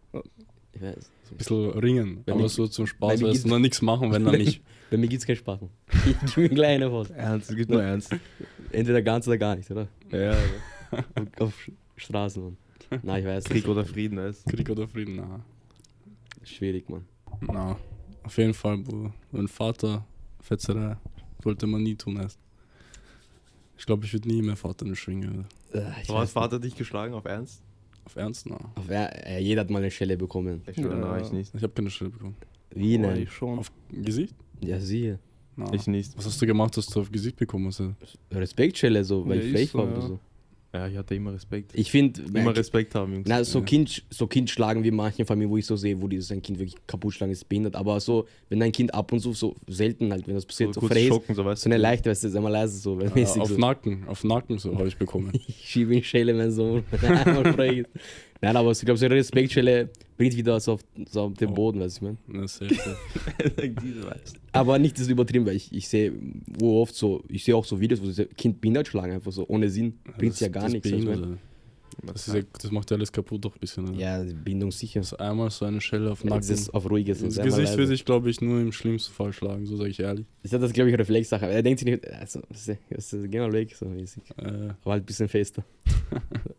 Ich weiß.
ein bisschen ringen,
Wenn
aber
ich-
so zum
wenn
Spaß,
ich
weißt
jetzt-
du, und dann nichts machen, wenn dann nicht.
Bei mir gibt's keinen Spaß. Mann. <laughs> Ich gebe mir gleich eine Faust.
Ernst, es gibt nur Ernst.
Entweder ganz oder gar nicht, oder?
Ja,
Auf- Auf Sch- Straßen, Mann. Nein, ich weiß. das
Krieg
ist
oder Frieden, weißt
<laughs> Krieg oder Frieden, na.
Schwierig, Mann.
Na, auf jeden Fall, Bruder. Mein Vater, Fetzerei, sollte man nie tun erst. Ich glaube, ich würde nie mehr Vater eine Schwinge. Alter.
Äh, ich
du. Hast
weiß
Vater dich geschlagen auf Ernst?
Auf Ernst, na.
nicht. Auf, er, äh, jeder hat mal eine Schelle bekommen.
Ich
schwöre,
schwöre,
nein, ich
ich nicht.
Ich habe keine Schelle bekommen.
Wie
boah,
nein?
ich schon.
Auf Gesicht?
Ja, siehe.
Na.
Ich nicht.
Was hast du gemacht, dass du auf Gesicht bekommen Also, hast?
<laughs>
Alter?
Respektschelle, so, weil
Ja,
ich
ist
frech
so,
war
ja.
oder so.
Ja, ich hatte immer Respekt.
Ich äh, finde,
Immer Respekt haben, Jungs.
na, so,
Ja.
kind, so Kind schlagen wie in manchen Familien, wo ich so sehe, wo die sein Kind wirklich kaputt schlagen, ist behindert. Aber so, wenn ein Kind ab und zu, so selten halt, wenn das
so
passiert, so,
kurz
frech,
schocken, so weißt
so eine <laughs> leichte, weißt du, sei mal leise, so, weil
Äh,
mäßig
auf
so.
Nacken, auf Nacken so habe
<laughs>
ich bekommen.
Ich schiebe ihn Schelle, mein <laughs> Sohn. Einmal frech ist. Nein, aber ich glaube, so eine Respektschelle bringt wieder so auf, so auf den
Oh.
Boden, weißt du, ich mein.
Na, safe, ja.
Diese weißt
Aber nicht das übertrieben, weil ich, ich sehe wo oft so, ich sehe auch so Videos, wo sie Kind behindert schlagen, einfach so ohne Sinn, bringt
Das-
ja gar
das
nichts. weißt du, ich mein.
behindert, Alter. Das, ist ja, das macht ja alles kaputt doch ein bisschen. Alter.
Ja, Bindung sicher.
Das ist einmal so eine Schelle auf Nacken.
Das ist auf ruhiges und
das
sei mal
Gesicht
leise.
würde ich, glaube ich, nur im schlimmsten Fall schlagen, so sage ich ehrlich.
Ich hatte das, glaube ich, Reflexsache. Er denkt sich nicht, also, das ist- das ist- geh mal weg, so mäßig.
Äh,
Aber halt ein bisschen fester.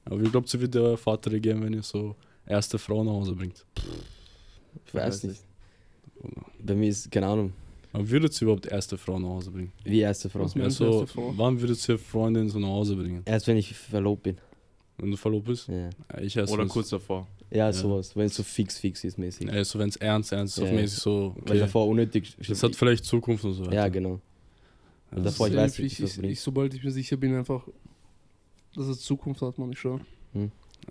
aber ich glaube, sie wird der Vater geben, wenn ihr so erste Frau nach Hause bringt.
Ich weiß nicht. Bei mir ist, keine Ahnung,
Aber würdet ihr überhaupt erste Frau nach Hause bringen?
wie erste Frau.
Was meinst du,
Also,
erste Frau?
wann würdet ihr Freundin so nach Hause bringen?
Erst wenn ich verlobt bin.
Wenn du verlobt bist?
Ja,
Äh, Ich erst
Oder
wenn's-
kurz davor.
ja sowas. Wenn es so fix, fix ist mäßig.
Äh, so, wenn es ernst, ernst,
Ja,
auf
ja.
mäßig so.
Weil
Okay,
davor unnötig.
das hat vielleicht Zukunft und so weiter.
ja, genau.
Ja,
davor-
das-
ich weiß
Safe,
nicht,
ich,
was
ich,
das bringt.
ich, sobald ich mir sicher bin, einfach, dass es Zukunft hat, man, ich schon.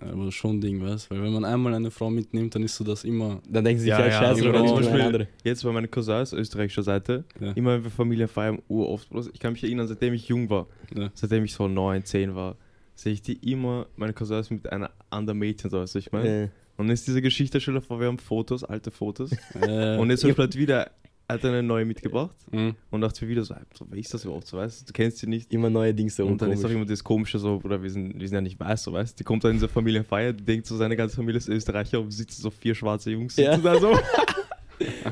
Aber schon ein Ding, weißt Weil wenn man einmal eine Frau mitnimmt, dann ist so das immer.
Dann denken sie sich,
Ja,
ja,
ja,
scheiße,
genau.
oder
Zum
nicht
Beispiel-
eine andere.
Jetzt bei meinen Cousins österreichischer Seite,
Ja.
immer wenn wir Familie feiern, uroft. bloß. Ich kann mich erinnern, seitdem ich jung war,
Ja.
seitdem ich so 9, 10 war, sehe ich die immer, meine Cousins mit einer anderen Mädchen, so weißt du, ich meine.
Äh,
Und ist diese Geschichte schon davor, wir haben Fotos, alte Fotos.
Äh,
Und jetzt hat halt wieder hat er eine neue mitgebracht
mh.
und dachte mir wieder so, "Ey, so, wer ist das überhaupt? So, weißt du, du kennst sie nicht.
immer neue Dings da
Und dann ist auch
komisch.
immer das Komische so, oder wir sind, wir sind ja nicht weiß, so weißt du. Die kommt dann in so Familienfeier, die denkt so, seine ganze Familie ist Österreicher und sitzen so vier schwarze Jungs
Ja.
sitzen
<laughs>
da so.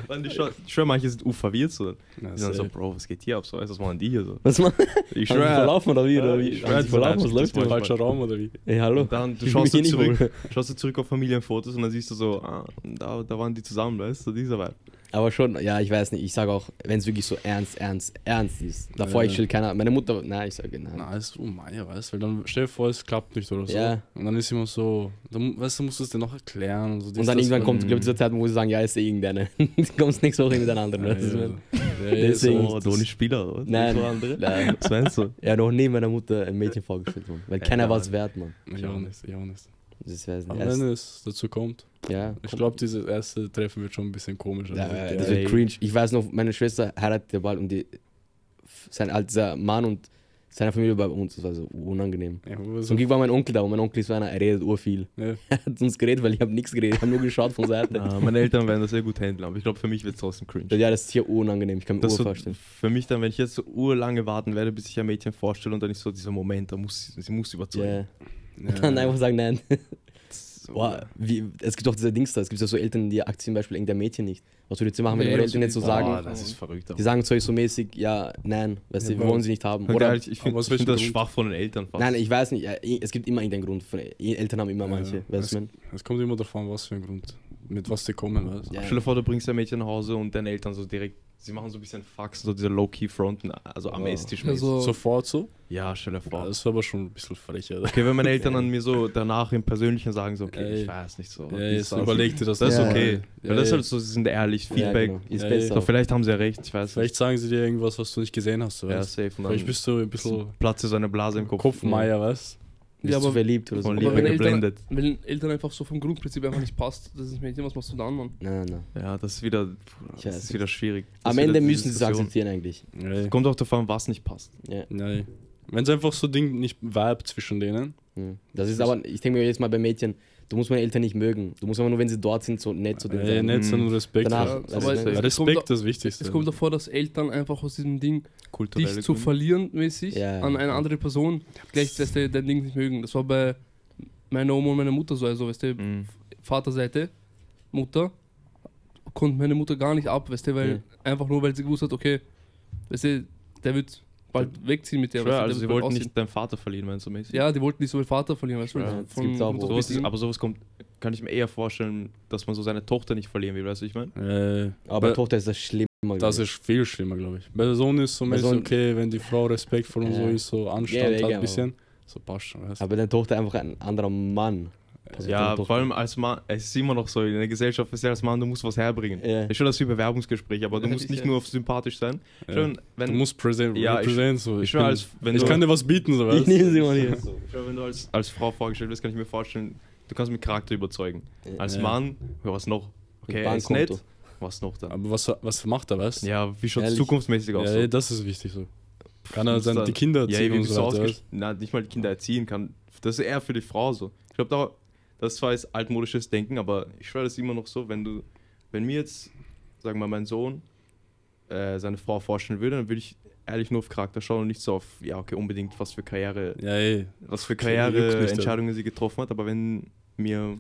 und ich schwör, ich schwör, manche sind uverwirrt so.
Ja,
Die sind so,
safe.
Bro, was geht hier ab? So, weißt du, was machen
<laughs>
die hier so?
Was man?
Ich
Also, Haben sie
schwör.
verlaufen oder wie? Oder
Ja,
wie?
ich
Haben sie
schwör,
verlaufen, was
das
läuft
ist
denn?
manchmal-
Falscher Raum oder wie?
Ey, hallo.
Und dann du
Ich
schaust, du
mich eh
zurück,
nicht wohl.
schaust du zurück auf Familienfotos und dann siehst du so, ah, da, da waren die zusammen, weißt du, dieser Vibe.
Aber schon, ja, ich weiß nicht. Ich sage auch, wenn es wirklich so ernst, ernst, ernst ist. Davor,
Ja.
ich chill keiner. Meine Mutter, nein, ich sage nein.
Na, ist oh Meier, weißt Weil dann stell dir vor, es klappt nicht oder so.
Ja.
Und dann ist immer so, dann, weißt du, musst du es dir noch erklären. Und, so, dies,
Und dann
das,
irgendwann
weil-
kommt,
Mhm.
glaube ich, dieser Zeitpunkt, wo sie sagen, ja, ist eh irgendeine. <laughs> du kommst nächste Woche mit einem anderen.
Ja, ja,
weißt du?
ja. Ja, ja,
Deswegen-
Oh, Toni Spieler, oder?
Nein,
So andere.
nein.
Was
<laughs>
meinst du?
Ja, noch nie meiner Mutter ein Mädchen vorgestellt, Mann. Weil
Ja,
keiner
ja,
war es
Mann.
wert, Mann.
so. Ich auch nicht, ich auch nicht.
Das weiß nicht.
Aber
Erst,
wenn es dazu kommt,
ja,
ich glaube, dieses erste Treffen wird schon ein bisschen komisch.
Ja,
also,
ja,
der-
das wird cringe. Ich weiß noch, meine Schwester heiratet ja bald und die, sein alter Mann und seine Familie bei uns, das war so unangenehm.
Ja, wo so-
Zum Glück war mein Onkel da und mein Onkel ist so einer, er redet urviel.
Ja.
<laughs> Er hat uns geredet, weil ich habe nichts geredet, ich habe nur geschaut von <laughs> Seite.
Na, Ah, meine Eltern werden das sehr gut handeln, aber ich glaube, für mich wird es trotzdem cringe.
Ja, das ist hier unangenehm, ich kann mir
Das
Ur
so,
vorstellen.
für mich dann, wenn ich jetzt so urlange warten werde, bis ich ein Mädchen vorstelle und dann ist so dieser Moment, da muss sie, sie muss überzeugen.
Ja.
Ja,
<laughs> Dann einfach sagen, nein.
So,
Boah, wie, es gibt auch diese Dings da, es gibt ja so Eltern, die akzeptieren zum Beispiel irgendein Mädchen nicht. Was würdest du machen, wenn
Nee,
eure
das
Eltern jetzt so
ist-
boah,
sagen,
Ah, das ist verrückt.
die sagen zu euch so mäßig, ja, nein, weißt
Ja,
du, wir
aber-
wollen sie nicht haben.
Oder
Oder,
halt, ich
Aber
finde
aus
find
welchem
das
Grund?
schwach von den Eltern fast.
nein, ich weiß nicht, ja, eh, es gibt immer irgendeinen Grund. Von, Eltern haben immer
Ja,
manche,
ja.
weißt du, man.
Es kommt immer darauf an, was für ein Grund, mit was die kommen, weißt du.
Ja.
Stell dir vor, du bringst ein Mädchen nach Hause und deine Eltern so direkt, sie machen so ein bisschen Fax, so diese Low-Key-Fronten, also am
Ja.
Esstisch.
Also,
Sofort so?
ja, stell dir vor.
Ja, das ist aber schon ein bisschen frech, Alter.
Okay, wenn meine Eltern an mir so danach im Persönlichen sagen, so, okay,
Ey.
ich weiß nicht so.
Ja,
dies,
jetzt
das.
überleg dir das.
Das ist
Ja,
nochmal.
okay.
Ja,
Weil das ist
ja.
halt so, sie sind ehrlich,
Ja,
Feedback.
genau. Ist
Ja,
besser.
So, vielleicht haben sie ja recht, ich weiß
Vielleicht sagen sie dir irgendwas, was du nicht gesehen hast, du
nicht. Ja,
weißt.
safe. Und
Vielleicht
dann
bist du ein bisschen
platzt dir so eine Blase im Kopf.
Kopfmeier, weißt
Bist
Ja,
du
aber-
verliebt oder so?
Von
Aber
Liebe
wenn Eltern-
geblendet.
wenn Eltern einfach so vom Grundprinzip einfach nicht passt, das ist Mädchen, was machst du dann, Mann?
Nein, nein.
Ja, das ist wieder, puh,
Ich
das
weiß
ist wieder schwierig. Das
Am
ist wieder
Ende
diese
müssen sie es
Diskussion.
akzeptieren eigentlich.
du? Ja.
Kommt auch davon, was nicht passt.
Ja.
Nein. Wenn es einfach so Ding nicht vibe zwischen denen.
Mhm. Das ist aber, ich denke mir jetzt mal bei Mädchen, Du musst meine Eltern nicht mögen. Du musst einfach nur, wenn sie dort sind, so nett zu denen
Ey,
sein.
nicht, sondern Respekt.
Danach-
Ja,
das ist
aber es-
nicht-
es
Respekt
kommt-
ist das Wichtigste.
Es kommt davor, dass Eltern einfach aus diesem Ding,
Kulturelle
dich zu
Gründe.
verlieren mäßig
Ja,
an
ja.
eine andere Person, gleich, dass die dein Ding nicht mögen. Das war bei meiner Oma und meiner Mutter so, also, weißt du,
Mhm.
Vaterseite, Mutter, konnte meine Mutter gar nicht ab, weißt du, weil
Mhm.
einfach nur, weil sie gewusst hat, okay, weißt du, der wird bald wegziehen mit der,
Schwör,
weißt du,
also sie
der wird bald
wollten
ausziehen.
nicht deinen Vater verlieren, meinst du mäßig?
Ja, die wollten nicht so viel Vater verlieren, weißt du,
Ja,
weil
das gibt's auch, wo-
Sowas ist,
wegziehen.
aber sowas kommt, kann ich mir eher vorstellen, dass man so seine Tochter nicht verlieren will, weißt du, ich meine?
Äh,
Aber
Weil-
Tochter ist das schlimmer.
das ist viel schlimmer, glaube ich. Bei der Sohn ist so
Bei
mäßig,
Sohn-
okay, wenn die Frau respektvoll und so
Ja.
ist, so
Ja,
Anstand
ja,
hat
ja,
ein bisschen, so passt schon, weißt du.
aber deine Tochter einfach ein anderer Mann. Also
Ja,
deine Tochter-
vor allem als Mann, es ist immer noch so, in der Gesellschaft ist ja als Mann, du musst was herbringen.
Ja.
Ist schon das wie Bewerbungsgespräch, aber du musst nicht
Ja.
nur auf sympathisch sein.
Ja.
Schon, wenn,
Du musst präsent,
Ja, ich-
präsent so.
ich
Ich,
schwör,
bin,
als- wenn
ich
du-
kann dir was bieten, so,
<laughs>
Ich
weißt
nehme sie mal hier.
So, schau, wenn du als, als Frau vorgestellt wirst, kann ich mir vorstellen, du kannst mit Charakter überzeugen. Als
Äh,
Ja.
Mann, ja, was noch? Okay, er ist
Bankkonto.
nett, was noch dann?
Aber was, was macht er, weißt du?
Ja, wie schaut es
Ehrlich?
zukunftsmäßig aus?
Ja,
so?
ey, das ist wichtig so. Kann er
Muss
dann
dann-
die Kinder
Ja, ey,
erziehen
wie
und
bist
so
du
weiter,
ausgesch-
weißt
Na, nicht mal die Kinder erziehen kann. Das ist eher für die Frau so. Ich glaube, da, das ist zwar jetzt altmodisches Denken, aber ich schwöre, das ist immer noch so, wenn du, wenn mir jetzt, sagen wir mal, mein Sohn äh, seine Frau vorstellen würde, dann würde ich ehrlich nur auf Charakter schauen und nicht so auf, ja, okay, unbedingt, was für Karriere,
du? Ja, ey.
was für
Juckt nicht,
Karriereentscheidungen sie getroffen hat. Aber wenn mir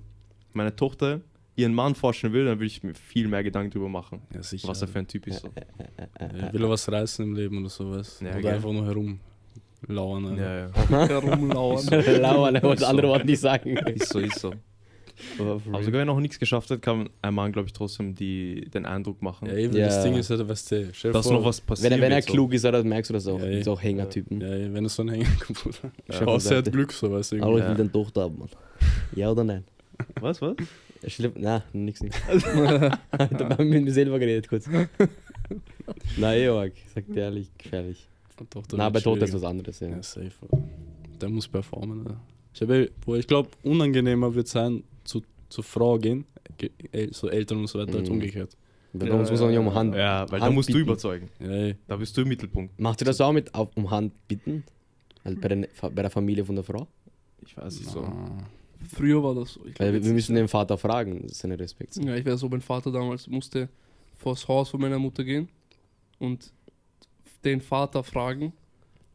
meine Tochter ihren Mann vorstellen will, dann würde ich mir viel mehr Gedanken drüber machen,
Ja, sicher.
was er für ein Typ ist. So.
äh,
Ja, will er was reißen im Leben oder so, weißt du?
Ja,
Oder
gell.
einfach nur herumlauern. Alter.
Ja,
<laughs>
ja.
herumlauern.
Lauer, der wollte
So.
ne, andere Worte nicht sagen.
Ist <laughs> so, ist so. Aber sogar wenn er noch nichts geschafft hat, kann ein Mann, glaube ich, trotzdem die, den Eindruck machen,
Ja, eben,
Ja.
das Ding ist halt, weißt du, stell dir
dass
vor,
noch was passiert.
Wenn er, wenn er
wird, so.
klug ist, dann merkst du das auch.
Ja, eh.
ist auch Hängertypen.
Ja, ey, wenn es so ein Hänger <laughs> kommt, Bruder.
Ich hab
Außer er hat
gesagt,
Glück, so, weißt du.
Aber
irgendwie.
ich will
Ja.
den Tochter haben, Mann. Ja oder nein?
Was, was?
Er schläft. Na, nix, nix. da haben wir mit mir selber geredet kurz. Na, Georg, sag dir ehrlich, gefährlich.
Tochter
Na,
wird
bei Tochter ist
schwieriger.
was anderes, ja.
Ja, safe, Alter. Der muss performen, Alter. Ich, hab, eh- wo ich glaube, unangenehmer wird sein, zu, zu Frau gehen, ge- el- so Eltern und so weiter, als
Mhm.
umgekehrt.
Bei
Ja,
uns muss man
ja,
nicht um Hand.
Ja, weil da
Hand
musst du
bieten.
überzeugen.
Ja, eh, ey.
Da bist du im Mittelpunkt.
Macht ihr das auch mit auf, um Hand bitten? Also bei, der, bei der Familie von der Frau?
Ich weiß nicht so.
Na.
Früher war das so. Ich glaub,
Weil wir,
jetzt
wir
ist-
müssen den Vater fragen, seine Respekt.
Ja, ich wäre so, mein Vater damals musste vors Haus von meiner Mutter gehen und den Vater fragen,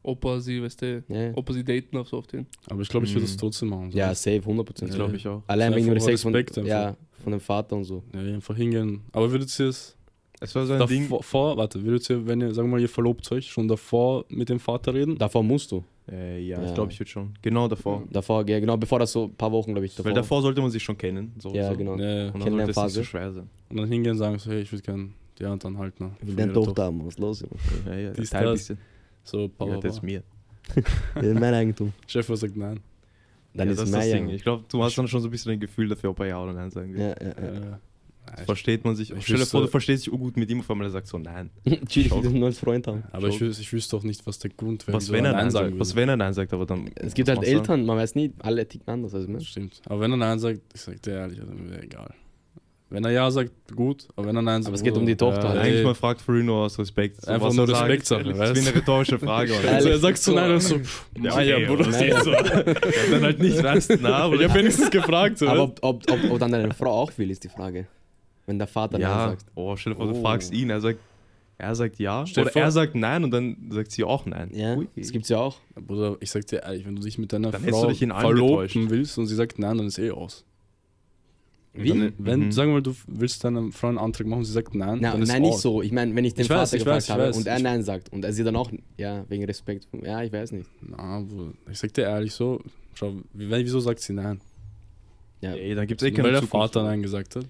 ob er sie, weißt du,
Ja,
ob er sie daten darf, so auf den.
Aber ich glaube, ich würde das
Mhm.
trotzdem machen. so.
ja safe, 100%.
Das
Ja.
glaube ich auch.
Allein
Ist
wegen dem
einfach
Respekt, von,
Respekt einfach.
ja, von dem Vater und so.
Ja, eh, einfach hingehen. Aber würdet ihr es
Es war so ein Ding.
davor, vor, warte, würdet ihr, wenn ihr, sagen wir mal, ihr verlobt euch, schon davor mit dem Vater reden?
Davor musst du.
Äh, ja, ich
Ja.
glaube, ich würde schon. Genau davor.
Davor, ja, genau, bevor das so ein paar Wochen, glaube ich, davor.
Weil davor sollte man sich schon kennen. So
ja,
so.
genau.
Ja, ja.
Und dann sollte es nicht
Kennenlernphase.
so schwer sein.
Und dann hingehen und sagen so, hey, ich würde gern die Hand anhalten. ne,
Ich
von
will deine
ihrer
Tochter haben, was ist los? Junge?
Ja, ja,
Dies,
teil ein
das.
bisschen.
So, Papa.
Ja, das ist mir.
Das ist mein
<laughs>
Eigentum.
Chef sagt nein.
Dann
ja,
ist
das
es
das
mein
Ding.
Junge.
Ich glaube, du hast dann schon so ein bisschen ein Gefühl dafür, ob er ja oder nein sagen will.
Ja, ja, ja.
Äh, ich-
Versteht man sich.
Ich
Stell dir vor, du
wüsste-
verstehst dich gut mit ihm, auf einmal er sagt so nein.
<laughs> Chill, ich will einen neuen Freund haben.
aber ich, wüs- ich wüsste doch nicht, was der Grund wäre.
Was
wieso
wenn er nein
sagen
sagt? Was
würde.
wenn er nein sagt, aber dann.
Es gibt halt
was machst du dann?
Eltern, man weiß nie, alle ticken anders als
Das
Mensch.
stimmt. Aber wenn er nein sagt, ich sag dir ehrlich, also mir wäre egal. Wenn er ja sagt, gut. Aber wenn er nein sagt,
es geht um
Bruder,
die Tochter
ja,
halt.
Eigentlich,
ey.
man fragt früher nur aus Respekt. So,
Einfach
was
nur
er sagt,
Respektsache,
Das ist
weißt
wie
du?
eine rhetorische Frage. Oder?
<laughs> Also er sagt so nein und so, pff,
Ja,
ah ja,
okay,
Bruder,
ja.
das ist so.
Ja, dann halt nicht, weißt du? Na,
Ich
oder?
hab wenigstens gefragt, so.
Aber
weißt du?
ob, ob, ob, ob dann deine Frau auch will, ist die Frage. Wenn der Vater nein
Ja,
sagt.
oh, stell dir vor, du
Oh.
fragst ihn, er sagt, er sagt ja.
Stell dir
oder er
vor-
sagt nein und dann sagt sie auch nein.
Ja,
Ui.
das gibt's ja auch.
Bruder, ich sag dir ehrlich, wenn du dich mit deiner
Dann hättest du
Frau
dich in allen
verloben
getäuscht.
willst und sie sagt nein, dann ist eh aus.
Wie?
Dann, wenn,
Mhm.
sagen wir mal, du willst deiner Frau einen Antrag machen und sie sagt nein,
Na,
dann ist
nein,
aus.
nicht so. Ich meine, wenn ich den
Ich
Vater
weiß, ich
gefragt
weiß, ich
habe
weiß.
und er
Ich-
Nein sagt und er sie dann auch, ja, wegen Respekt, ja, ich weiß nicht.
Na, Bruder, ich sag dir ehrlich so, schau, wie- wenn- wieso sagt sie nein?
Ja,
Ey, dann gibt's eh
Weil
keine
der
Zukunft.
Vater nein gesagt hat.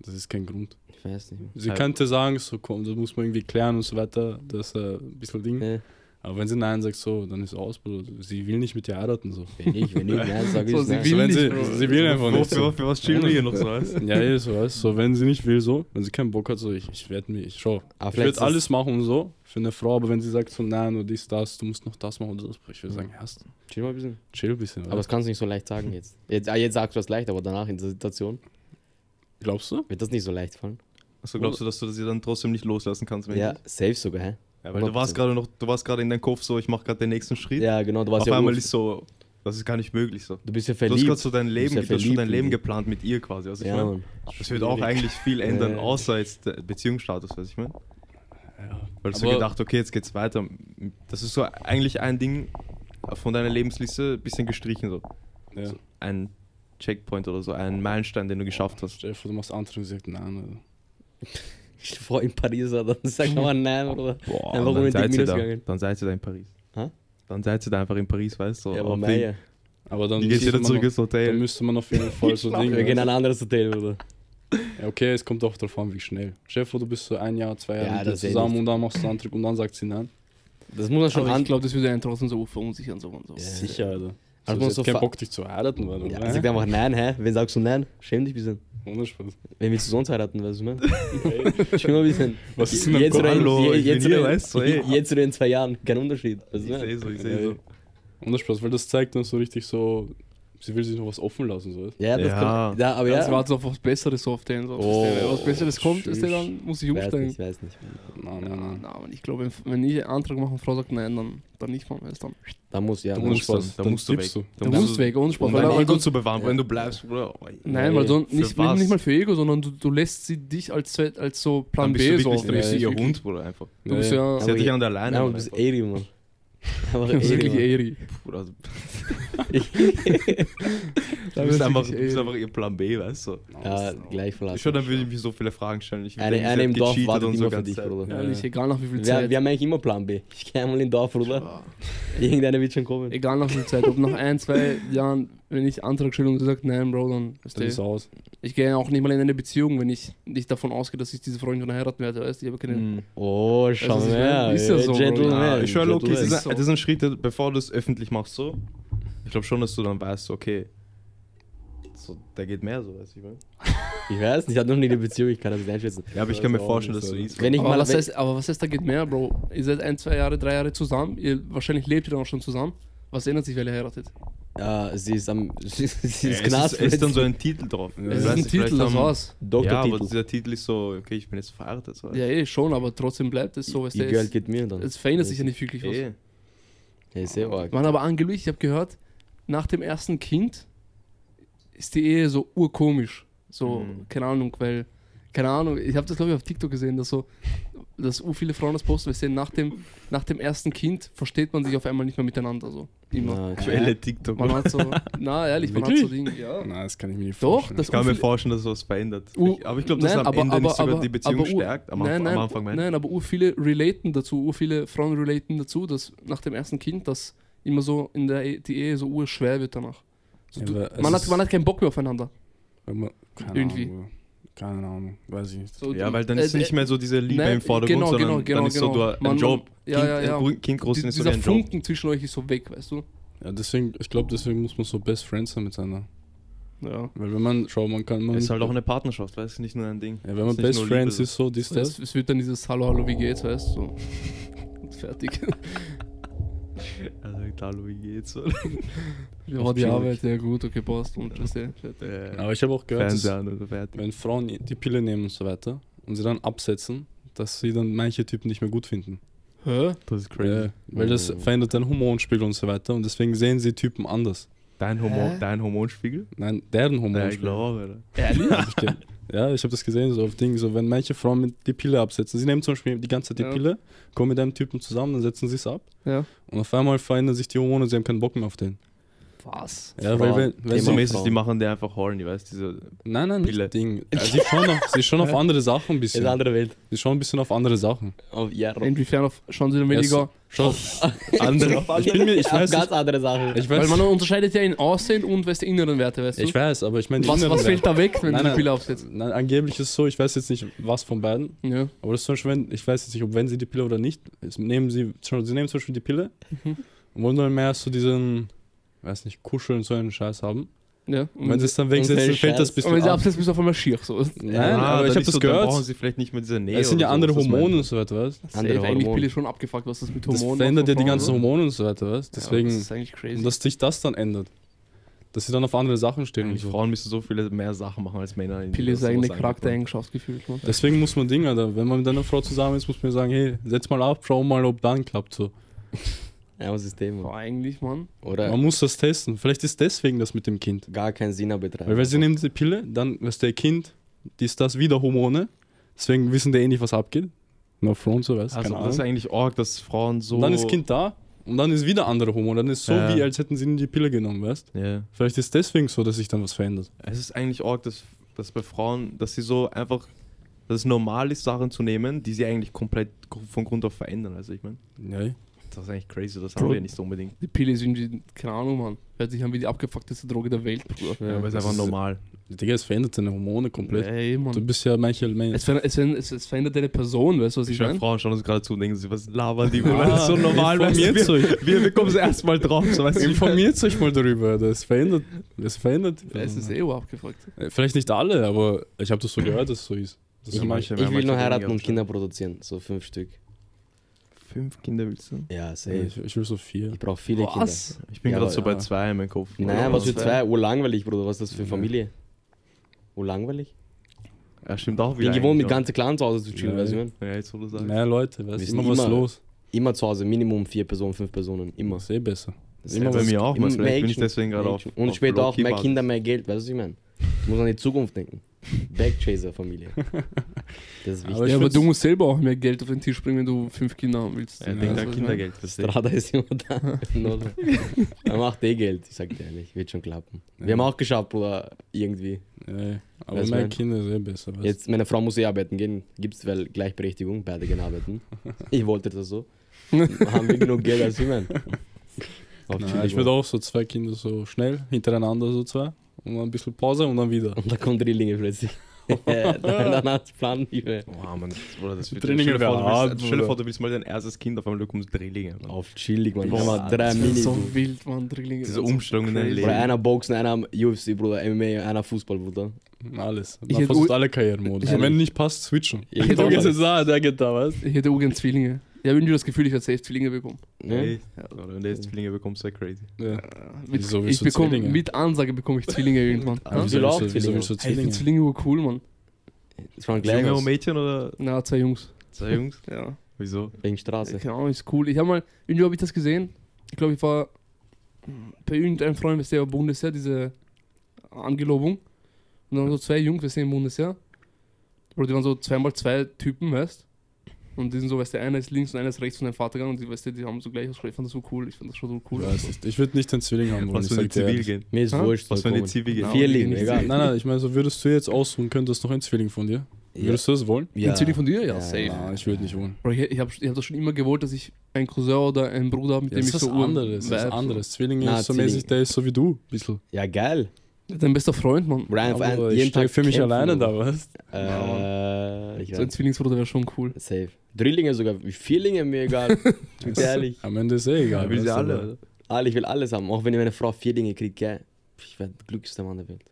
Das ist kein Grund.
ich weiß nicht.
Sie
Ja.
könnte sagen, so komm, das muss man irgendwie klären und so weiter, das ist äh, ein bisschen Ding.
Ja.
Aber wenn sie nein sagt, so, dann ist aus, Bruder. Sie will nicht mit dir heiraten, so.
Wenn ich, wenn ich
<laughs>
Nein sage,
So,
ist
sie
Nein.
will-
so wenn
nicht,
sie,
Bro.
sie will einfach nicht.
Wofür,
So.
wofür Also was chillen wir hier noch so,
<laughs>
weißt du?
Ja, eh, so weißt du, so, wenn sie nicht will, so, wenn sie keinen Bock hat, so, ich, ich werde mir, ich schau,
Aber
Ich
vielleicht
würde
ist-
alles machen und so für eine Frau, aber wenn sie sagt so, nein, nur dies, das, du musst noch das machen oder das, ich würde sagen, erst
Chill mal ein bisschen.
chill ein bisschen.
Aber das kannst du nicht so leicht sagen jetzt. jetzt. ah, Jetzt sagst du das leicht, aber danach in dieser Situation
glaubst du?
wird das nicht so leicht fallen.
Also glaubst du, dass du sie dann trotzdem nicht loslassen kannst? wenn
Ja,
du-
safe sogar, hä?
ja weil du warst
100%.
gerade noch, du warst gerade in deinem Kopf so, ich mach gerade den nächsten Schritt.
Ja, genau, du warst
Auf
ja
einmal
ur-
ist so, Das ist gar nicht möglich so.
Du bist ja
Du hast
verliebt.
gerade so dein Leben,
ja
du hast schon
verliebt
dein
in
Leben
die.
geplant mit ihr quasi. Also ich
ja,
meine,
Mann.
das wird auch
Schwierig.
eigentlich viel ändern,
Ja.
außer jetzt der Beziehungsstatus, weiß ich meine.
Ja.
Weil du so
Aber-
gedacht, okay, jetzt geht's weiter. Das ist so eigentlich ein Ding von deiner Lebensliste ein bisschen gestrichen so.
Ja.
Ein Checkpoint oder so, ein Meilenstein, den du geschafft hast.
Stell dir vor, du machst Antrag und sie sagt, nein.
Ich war in Paris, dann <laughs> sag mal nein, oder?
Boah,
Einfach ohne
dann,
dick
seid ihr
Minus
da.
gegangen.
dann seid ihr da in Paris.
Hä?
Dann seid ihr da einfach in Paris, weißt du.
ja,
auf
aber
den-
Meier.
Aber dann
Die geht
müsste
wieder
man
zurück
noch,
ins Hotel.
Dann müsste man auf jeden
<laughs>
Fall so Dinge.
Wir gehen in ein anderes Hotel, oder?
Ja, okay, es kommt auch darauf an, wie schnell. Stell dir vor, du bist so ein Jahr, zwei
Ja,
Jahre mit ihr
das wär
zusammen
nicht-
und dann machst du einen Antrag und dann sagt sie nein.
Das muss man schon
Aber ich
an.
glaube, das würde einen trotzdem so verunsichern, so und so.
Ja.
Sicher,
Also
Alter. Also,
man
also
so
so keinen
fa-
Bock, dich zu heiraten, weil du.
Ja, also
Ja,
sag einfach nein, hä? Wenn sagst du nein, schäm dich ein bisschen.
Ohne Spaß.
Wenn willst du sonst heiraten, weißt du, man?
<laughs>
Schäm mal ein bisschen.
Was ist denn
Jetzt
ein
oder in,
Hallo, ich bin
jetzt, oder
hier,
in,
weißt du, ey.
jetzt oder in zwei Jahren, kein Unterschied.
Ich
Weißt du,
sehe
man?
so, ich sehe so.
Ohne Spaß, weil das zeigt dann so richtig so, sie will sich noch was offen lassen, so.
Ja, das
Ja.
Kommt, ja, aber
Ja.
ja.
Jetzt wartet auf was Besseres Also, so auf den. So.
Oh,
Verstehst du? Wenn was Besseres kommt, ist der
tschüss.
dann, muss ich
weiß
umsteigen.
nicht, weiß nicht.
Nein,
Ja,
nein, nein.
nein, aber ich glaube, wenn, wenn ich einen Antrag mache und Frau sagt nein, dann, dann nicht von mir. Dann,
Da muss, ja.
Da
ne?
musst du
dann,
Spaß,
da
dann
musst du weg.
tippst du.
Da
dann musst du weg, ohne Spaß.
Um
Weil,
dein
weil
Ego
sonst,
zu bewahren, wenn du bleibst, Bruder. oh,
Ja,
nein, weil
ja.
sonst
Für
nicht, nicht,
was?
mal für Ego, sondern du, du lässt sie dich als, Zwe- als so
Dann
Plan
bist
B
du
so
wirklich
auf
ein
der-
richtiger
wirklich-
Hund, Bruder, einfach.
Du bist ja,
Ja,
Sie hat
aber
dich
ja.
an der Leine.
Nein, du
Mann,
bist
einfach.
Eri, Mann. Einfach
das ist
Eri.
<laughs> wirklich
Mann.
Eri.
Bruder, also,
Da
du bist
bin
einfach,
ich
du bist
Eri.
einfach ihr Plan B, weißt du.
<laughs> Ja, gleich verlassen.
Ich schon, dann würde ich mir so viele Fragen stellen. Ich würde
Eine,
denken, sie
eine
hat
im Dorf
gecheatet
wartet
und
immer
so
für
ganze
dich,
Zeit.
Bruder.
Ehrlich, egal nach wie viel
Wir,
Zeit.
wir haben eigentlich immer Plan B. Ich gehe einmal in Dorf, Bruder. Irgendeiner wird schon kommen.
Egal nach wie viel Zeit. Ob nach ein, zwei Jahren, wenn ich Antrag stelle und sie sagt nein, Bro, dann
Dann ist
verstehst
es aus.
Ich gehe auch nicht mal in eine Beziehung, wenn ich nicht davon ausgehe, dass ich diese Freundin dann heiraten werde. Weißt du, ich habe keine.
Mhm.
Oh, schau
Also, es ist-
mal.
ist ja
ey,
so, Bro.
Gentleman.
Ja, ich schwöre, Loki, das
Gentleman.
ist,
ist so.
ein- das ist ein Schritt, der- bevor du es öffentlich machst, so. Ich glaube schon, dass du dann weißt, okay, so, da geht mehr, so, weiß ich mal.
Ich weiß nicht, ich hatte noch nie eine Beziehung, ich kann das nicht einschätzen.
Ja, aber ich
weiß
kann mir
auch
vorstellen,
nicht,
dass du
also.
dies.
Wenn ich
aber,
mal.
was
wenn-
heißt, aber was heißt, da geht mehr, Bro? Ihr seid ein, zwei Jahre, drei Jahre zusammen. Ihr, wahrscheinlich lebt ihr dann auch schon zusammen. Was ändert sich, weil ihr heiratet?
Ah, sie ist am. <laughs> Sie ist
Ja, es
Knast.
ist, es ist dann so ein Titel drauf.
Es
Ich
Es
weiß
ist ein
nicht, vielleicht
Titel, das
haben-
war's.
Ja, aber
Doktortitel.
dieser Titel ist so, okay, ich bin jetzt verheiratet. So.
Ja, eh, schon, aber trotzdem bleibt es so, weißt
Die
du.
Girl
Es,
geht mir dann.
es verändert sich ja nicht wirklich was.
Eh.
Ja, ist sehr arg.
Mann, aber angeblich, ich habe gehört, nach dem ersten Kind ist die Ehe so urkomisch. So,
Mhm.
Hm.
keine Ahnung, weil, keine Ahnung, ich habe das glaube ich auf TikTok gesehen, dass so, dass ur viele Frauen das posten, weil sie nach dem, nach dem ersten Kind versteht man sich auf einmal nicht mehr miteinander. So, immer.
Na, okay.
Quelle TikTok. <laughs>
Man hat so, na ehrlich, man hat so Dinge, ja.
Nein, das kann ich mir nicht
Doch,
vorstellen.
das
Ich kann mir
urviel-
vorstellen, dass was verändert.
Uh,
Ich, aber ich glaube, dass
nein,
am
aber-
Ende
aber-
nicht sogar
aber-
die Beziehung
aber ur-
stärkt. Am,
nein,
Anfang-
nein,
am Anfang,
nein, aber ur viele relaten dazu, ur viele Frauen relaten dazu, dass nach dem ersten Kind das immer so in der E- die Ehe so urschwer wird danach. So,
Ja,
du,
aber es
man, hat,
ist-
man hat keinen Bock mehr aufeinander.
Wenn man- keine
Irgendwie.
Ahnung, Bruder. keine Ahnung, weiß ich nicht.
So,
Ja,
du-
weil dann
äh,
ist nicht
äh,
mehr so diese Liebe
nein,
im Vordergrund,
genau,
sondern
genau, genau,
dann ist so
genau.
du, ein
Man-
Job.
ja,
kind,
ja,
äh,
ja.
Grund- kind großen
die,
ist so
dieser
wie ein Job.
Funken zwischen euch ist so weg, weißt du?
Ja, deswegen, ich glaube, deswegen muss man so Best Friends sein miteinander.
Ja.
Weil wenn man, schau, man kann man.
Ist halt auch eine Partnerschaft, weißt du, nicht nur ein Ding.
ja, wenn man
ist nicht
Best
nur
Friends
Liebe.
ist, so, dies,
Es,
das.
es wird dann dieses Hallo, hallo, wie geht's, weißt du? <laughs> Und Fertig.
Er sagt, hallo, Also, wie geht's?
Ja,
Auf
die
Psych.
Arbeit, ja gut, okay, passt. Und weißt du, fertig.
Aber ich habe auch gehört, dass,
Fernseher an oder fertig.
wenn Frauen die Pille nehmen und so weiter und sie dann absetzen, dass sie dann manche Typen nicht mehr gut finden.
Hä?
Das ist crazy.
Ja, weil das
Mhm.
verändert deinen Hormonspiegel und so weiter und deswegen sehen sie Typen anders.
Dein, Hormon,
Hä?
dein Hormonspiegel?
Nein, deren Hormonspiegel.
glaube, Alter.
Ehrlich?
Hab ich ge- ja, ich habe das gesehen, so auf Ding, so wenn manche Frauen mit die Pille absetzen, sie nehmen zum Beispiel die ganze Zeit die
Ja.
Pille, kommen mit einem Typen zusammen, dann setzen sie es ab
Ja.
und auf einmal verändern sich die Hormone und sie haben keinen Bock mehr auf den.
Was?
Ja,
Frauen.
weil wenn, wenn
Thema
So
sie,
mäßig,
Frauen.
die machen dir einfach Horn, die weißt diese.
Nein, nein,
Pille.
nicht Ding. Ja, sie, schauen auf, sie schauen auf andere Sachen ein
Ist Oh.
bisschen.
eine andere Welt.
Sie schauen ein bisschen auf andere Sachen.
Auf Jarro.
Inwiefern auf, schauen sie dann weniger?
Schau, andere. <laughs> Ich bin mir, ich weiß,
ganz
nicht,
andere Sachen.
ich
Weil
weiß,
man unterscheidet ja in Aussehen und weißt du, inneren Werte, weißt du?
ich weiß, aber ich meine, die
was
inneren
was fällt
Werte.
da weg, wenn
Nein,
du die
nein.
Pille aufsetzt?
Nein, angeblich ist es so, ich weiß jetzt nicht, was von beiden,
Ja.
aber das ist zum Beispiel, wenn, ich weiß jetzt nicht, ob wenn sie die Pille oder nicht, es nehmen sie, sie nehmen zum Beispiel die Pille und wollen dann mehr so diesen, weiß nicht, Kuscheln, so einen Scheiß haben.
ja.
Und wenn sie es dann wegsetzen,
welchen
fällt
Scheiß?
das ein bisschen
und wenn sie
ab.
absetzt, bist du auf einmal schier. So.
Nein,
Ja,
aber
dann
ich habe
ist
das
so, dann brauchen
gehört.
sie vielleicht nicht mehr diese Nähe.
Es sind ja
oder so,
andere
was das
Hormone
meint.
und so weiter, weißt
Andere
Safe, eigentlich
Hormone.
Pille schon abgefuckt, was das mit
Das
Hormonen
verändert ja die ganzen
Hormone.
Hormone und so weiter, weißt Deswegen.
das ist eigentlich crazy.
Und dass sich das dann ändert. Dass sie dann auf andere Sachen stehen und
Eigentlich
so.
Frauen müssen so viele mehr Sachen machen als Männer. in-
Pille ist
was
eigene
sowas
Charaktereigenschaft gefühlt. Man.
Deswegen muss man Dinge, Alter, wenn man mit einer Frau zusammen ist, muss man sagen, hey, setz mal ab, schau mal, ob dann klappt so.
Ja, System.
Boah, eigentlich, Mann.
Oder
Man muss das testen. Vielleicht ist deswegen das mit dem Kind.
gar keinen Sinn mehr betreiben.
Weil wenn sie nehmen die Pille, dann ist der Kind, dies, das, wieder Hormone. Deswegen wissen die eh nicht, was abgeht. No front, so was.
Also,
keine
das ist
Ahnung.
eigentlich arg, dass Frauen so.
Und dann ist Kind da und dann ist wieder andere Hormone. Dann ist so,
Ja.
wie als hätten sie nie die Pille genommen, weißt
Ja.
Vielleicht ist deswegen so, dass sich dann was verändert.
Es ist eigentlich arg, dass, dass bei Frauen, dass sie so einfach, dass es normal ist, Sachen zu nehmen, die sie eigentlich komplett gru- von Grund auf verändern. Also ich meine,
Ja.
das ist eigentlich crazy, das haben wir ja nicht so unbedingt.
Die Pille ist irgendwie, keine Ahnung, Mann. Hört sich an wie die abgefuckteste Droge der Welt, Bruder.
Ja,
aber es ist
das
einfach
ist-
normal.
Digga, es verändert deine Hormone komplett.
Ey,
Du
Mann.
bist ja Michael Mann.
Es, ver es, ver es, es verändert deine Person, weißt du, was
Die
ich meine?
Frauen schauen uns gerade zu und denken sich, was labern die?
Ah,
weil das ist so normal, weißt
informiert
du,
euch.
wir, wir, wir kommen erstmal drauf, so weißt du.
Informiert euch mal darüber. Das verändert. Das verändert.
Es ist eh abgefuckt.
Äh, Vielleicht nicht alle, aber ich habe das so gehört, dass es so ist. Das
ich,
ist
manche-
ich will
manche
nur
weniger
heiraten und
bestimmt.
Kinder produzieren. So fünf Stück.
Fünf Kinder willst du?
Ja,
ich,
safe.
ich will so vier.
Ich brauche viele
was?
Ich bin
Ja,
gerade
aber-
so bei
ja.
zwei in meinem Kopf.
Kinder. Nein, was für
was?
zwei? Urlangweilig, Bruder. Was ist das für
Ja.
Familie? Urlangweilig?
Ja, stimmt auch
Ich bin
wieder.
gewohnt, mit
eigentlich,
ganzen Clan zu Hause zu chillen,
Ja.
weißt du, ich mein?
ja. Ja, jetzt wo du sagst.
Mehr Leute, weißt
Wir
du?
sind
Immer was
immer-
los.
Immer zu Hause, Minimum vier Personen, fünf Personen, immer.
Ist eh besser.
Das
Immer bei
was-
mir auch,
immer
man.
mehr
Vielleicht bin ich
Action,
deswegen gerade
mehr
auf-
Action. Und
auf
später auch mehr
Low-Key-Basis.
Kinder, mehr Geld, weißt du, was ich meine? Ich muss an die Zukunft denken. Backchaser-Familie. Das ist wichtig.
Aber ich
ja,
<laughs>
aber
find's-
du musst selber auch mehr Geld auf den Tisch bringen, wenn du fünf Kinder haben willst. also,
Ja, denk
Weißt du,
an
was ich meine?
Kindergeld. versteh ich.
Strada ist immer da. Null. er macht eh Geld, ich sag dir ehrlich, wird schon klappen. Wir
Ja.
haben auch geschafft, Bruder, irgendwie.
Ja, aber
Weißt du,
mehr
mein-
Kinder ist eh besser. Weißt?
Jetzt, meine Frau muss eh arbeiten gehen, gibt's, weil Gleichberechtigung, beide gehen
<laughs>
arbeiten. Ich wollte das so. haben wir genug Geld als
<laughs>
Himmel?
du? Nein, ich würde auch so zwei Kinder so schnell hintereinander so zwei und dann ein bisschen Pause und dann wieder.
Und da kommen Drillinge
<laughs>
plötzlich. <laughs> Dann hat's Plan nicht mehr.
Boah, Mann, das, Bruder, das wird
Training
stell dir
wäre
vor, du willst-
hart,
Stell dir
Bruder.
vor, du willst mal dein erstes Kind auf einmal, du bekommst Drillinge. Mann.
Auf chillig, man.
Ja,
Ja, mal drei
Das wär
Mini.
so wild, Mann. Drillinge.
Diese
Also,
Umstellung in deinem
crazy.
Bruder,
Leben.
einer <laughs> Boxen, einer UFC, Bruder, MMA, einer Fußball, Bruder.
Alles. Man
Ich hätte
versucht
ul-
alle Karrieremodus.
Ich hätte-
Wenn nicht passt, switchen.
Ich
du
hätte auch
gehst
alles.
jetzt <laughs> da, der geht da, weißt
Ich hätte auch gern Zwillinge. Ich habe irgendwie das Gefühl, ich werde safe Zwillinge bekommen. Äh,
Ne?
Ey, Bruder, wenn du jetzt Zwillinge bekommst, wäre crazy.
du? Ja.
Mit,
Wieso willst
ich
du
bekomme,
Zwillinge?
mit Ansage bekomme ich <laughs> Zwillinge irgendwann.
Ah,
Ja?
wieso auch
willst du- wieso
Zwillinge?
willst du
Ey, ich
Zwillinge?
finde Zwillinge auch cool, Mann.
Das waren gleich
Junge und
aus.
Mädchen oder
Na, zwei Jungs.
zwei Jungs?
Ja.
Wieso?
Wegen Straße.
Keine Ahnung, ist cool. Ich habe mal, irgendwie habe ich das gesehen. Ich glaube, ich war bei irgendeinem Freund, weißt du, der war Bundesheer, diese Angelobung. Und dann waren so zwei Jungs, weißt du, im Bundesheer. Oder die waren so zweimal zwei Typen, weißt Und die sind so, weißt du, einer ist links und einer ist rechts von deinem Vater gegangen. Und die, weißt du, die haben so gleich ausgesprochen. Ich fand das so cool. Ich fand das schon so cool.
Ja, es ist- ich würde nicht den Zwilling haben wollen.
Was, wenn
ich
die
sag dir
zivil
ehrlich.
gehen?
Mir ist
Hä?
wurscht.
Was,
soll
wenn die
kommen.
zivil gehen?
Ja.
Vier
die
liegen,
nicht
egal.
zivil.
Nein, nein, ich meine, so würdest du jetzt aussuchen, könntest du noch einen Zwilling von dir? Würdest du das wollen?
Den Zwilling von dir? Ja, safe.
Nein, ich würde nicht wollen.
Bro, ich ich habe ich hab das schon immer gewollt, dass ich einen Cousin oder einen Bruder habe, mit
Ja,
dem
das
ich
ist was
so
anderes. Das ist
vibe, so.
anderes. Zwillinge
Na,
ist so
Zwilling.
mäßig, der ist so wie du. Bisschen.
Ja, geil.
Dein bester Freund, Mann.
Brian, auf einen-
Aber ich
jeden
stehe
Tag
für mich
kämpfen,
alleine
Bruder.
da,
<laughs>
weißt
Äh, ich
So ein
weiß.
Zwillingsbruder wäre schon cool.
Safe. Drillinge sogar, Vierlinge mir egal. Tut mir ehrlich.
Am Ende ist eh egal.
Ja, will sie
weißt du,
alle.
aber-
Alle, ich will alles haben. Auch wenn meine Frau Vierlinge kriegt, gell. Ich werde der glücklichste Mann der Welt.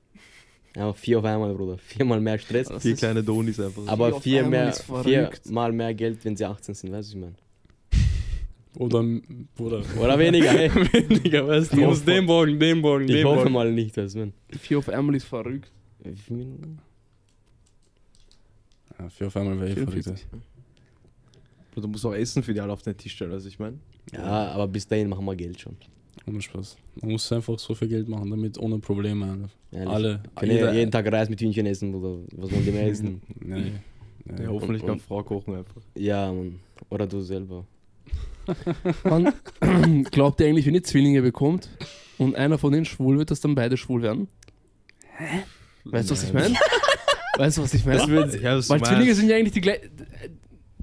Einfach vier auf einmal, Bruder. Viermal mehr Stress.
Das
Vier
ist-
kleine Donis einfach.
aber
auf
vier
einmal
mehr,
ist verrückt.
viermal mehr Geld, wenn sie 18 sind, weißt du, was ich meine.
Oder, oder,
Oder <laughs> weniger, ey.
weniger, weißt du.
Ich
Du musst
hoffe-
den Bogen, den Bogen,
Ich
den
hoffe
Bogen.
mal nicht, weißt du, man.
Vier auf einmal ist verrückt.
<laughs> Ja, vier auf einmal wäre eh verrückt.
54.
Du musst auch Essen für die alle auf den Tisch stellen, also ich meine.
Ja, aber bis dahin machen wir Geld schon.
Ohne Spaß. Man muss einfach so viel Geld machen, damit ohne Probleme. Alter.
Ehrlich.
Alle.
Können
jeder-
jeden Tag Reis mit Hühnchen essen, Bruder. Was wollen die mehr essen?
Nee, nee.
Ja, hoffentlich
und-
kann Frau kochen einfach.
ja, Mann. Oder du selber.
Mann, <clears throat> glaubt ihr eigentlich, wenn ihr Zwillinge bekommt und einer von denen schwul wird, dass dann beide schwul werden? Hä? Weißt du, was ich meine? weißt du, was ich meine?
Ja, das
Weil
meinst-
Zwillinge sind ja eigentlich die gleiche.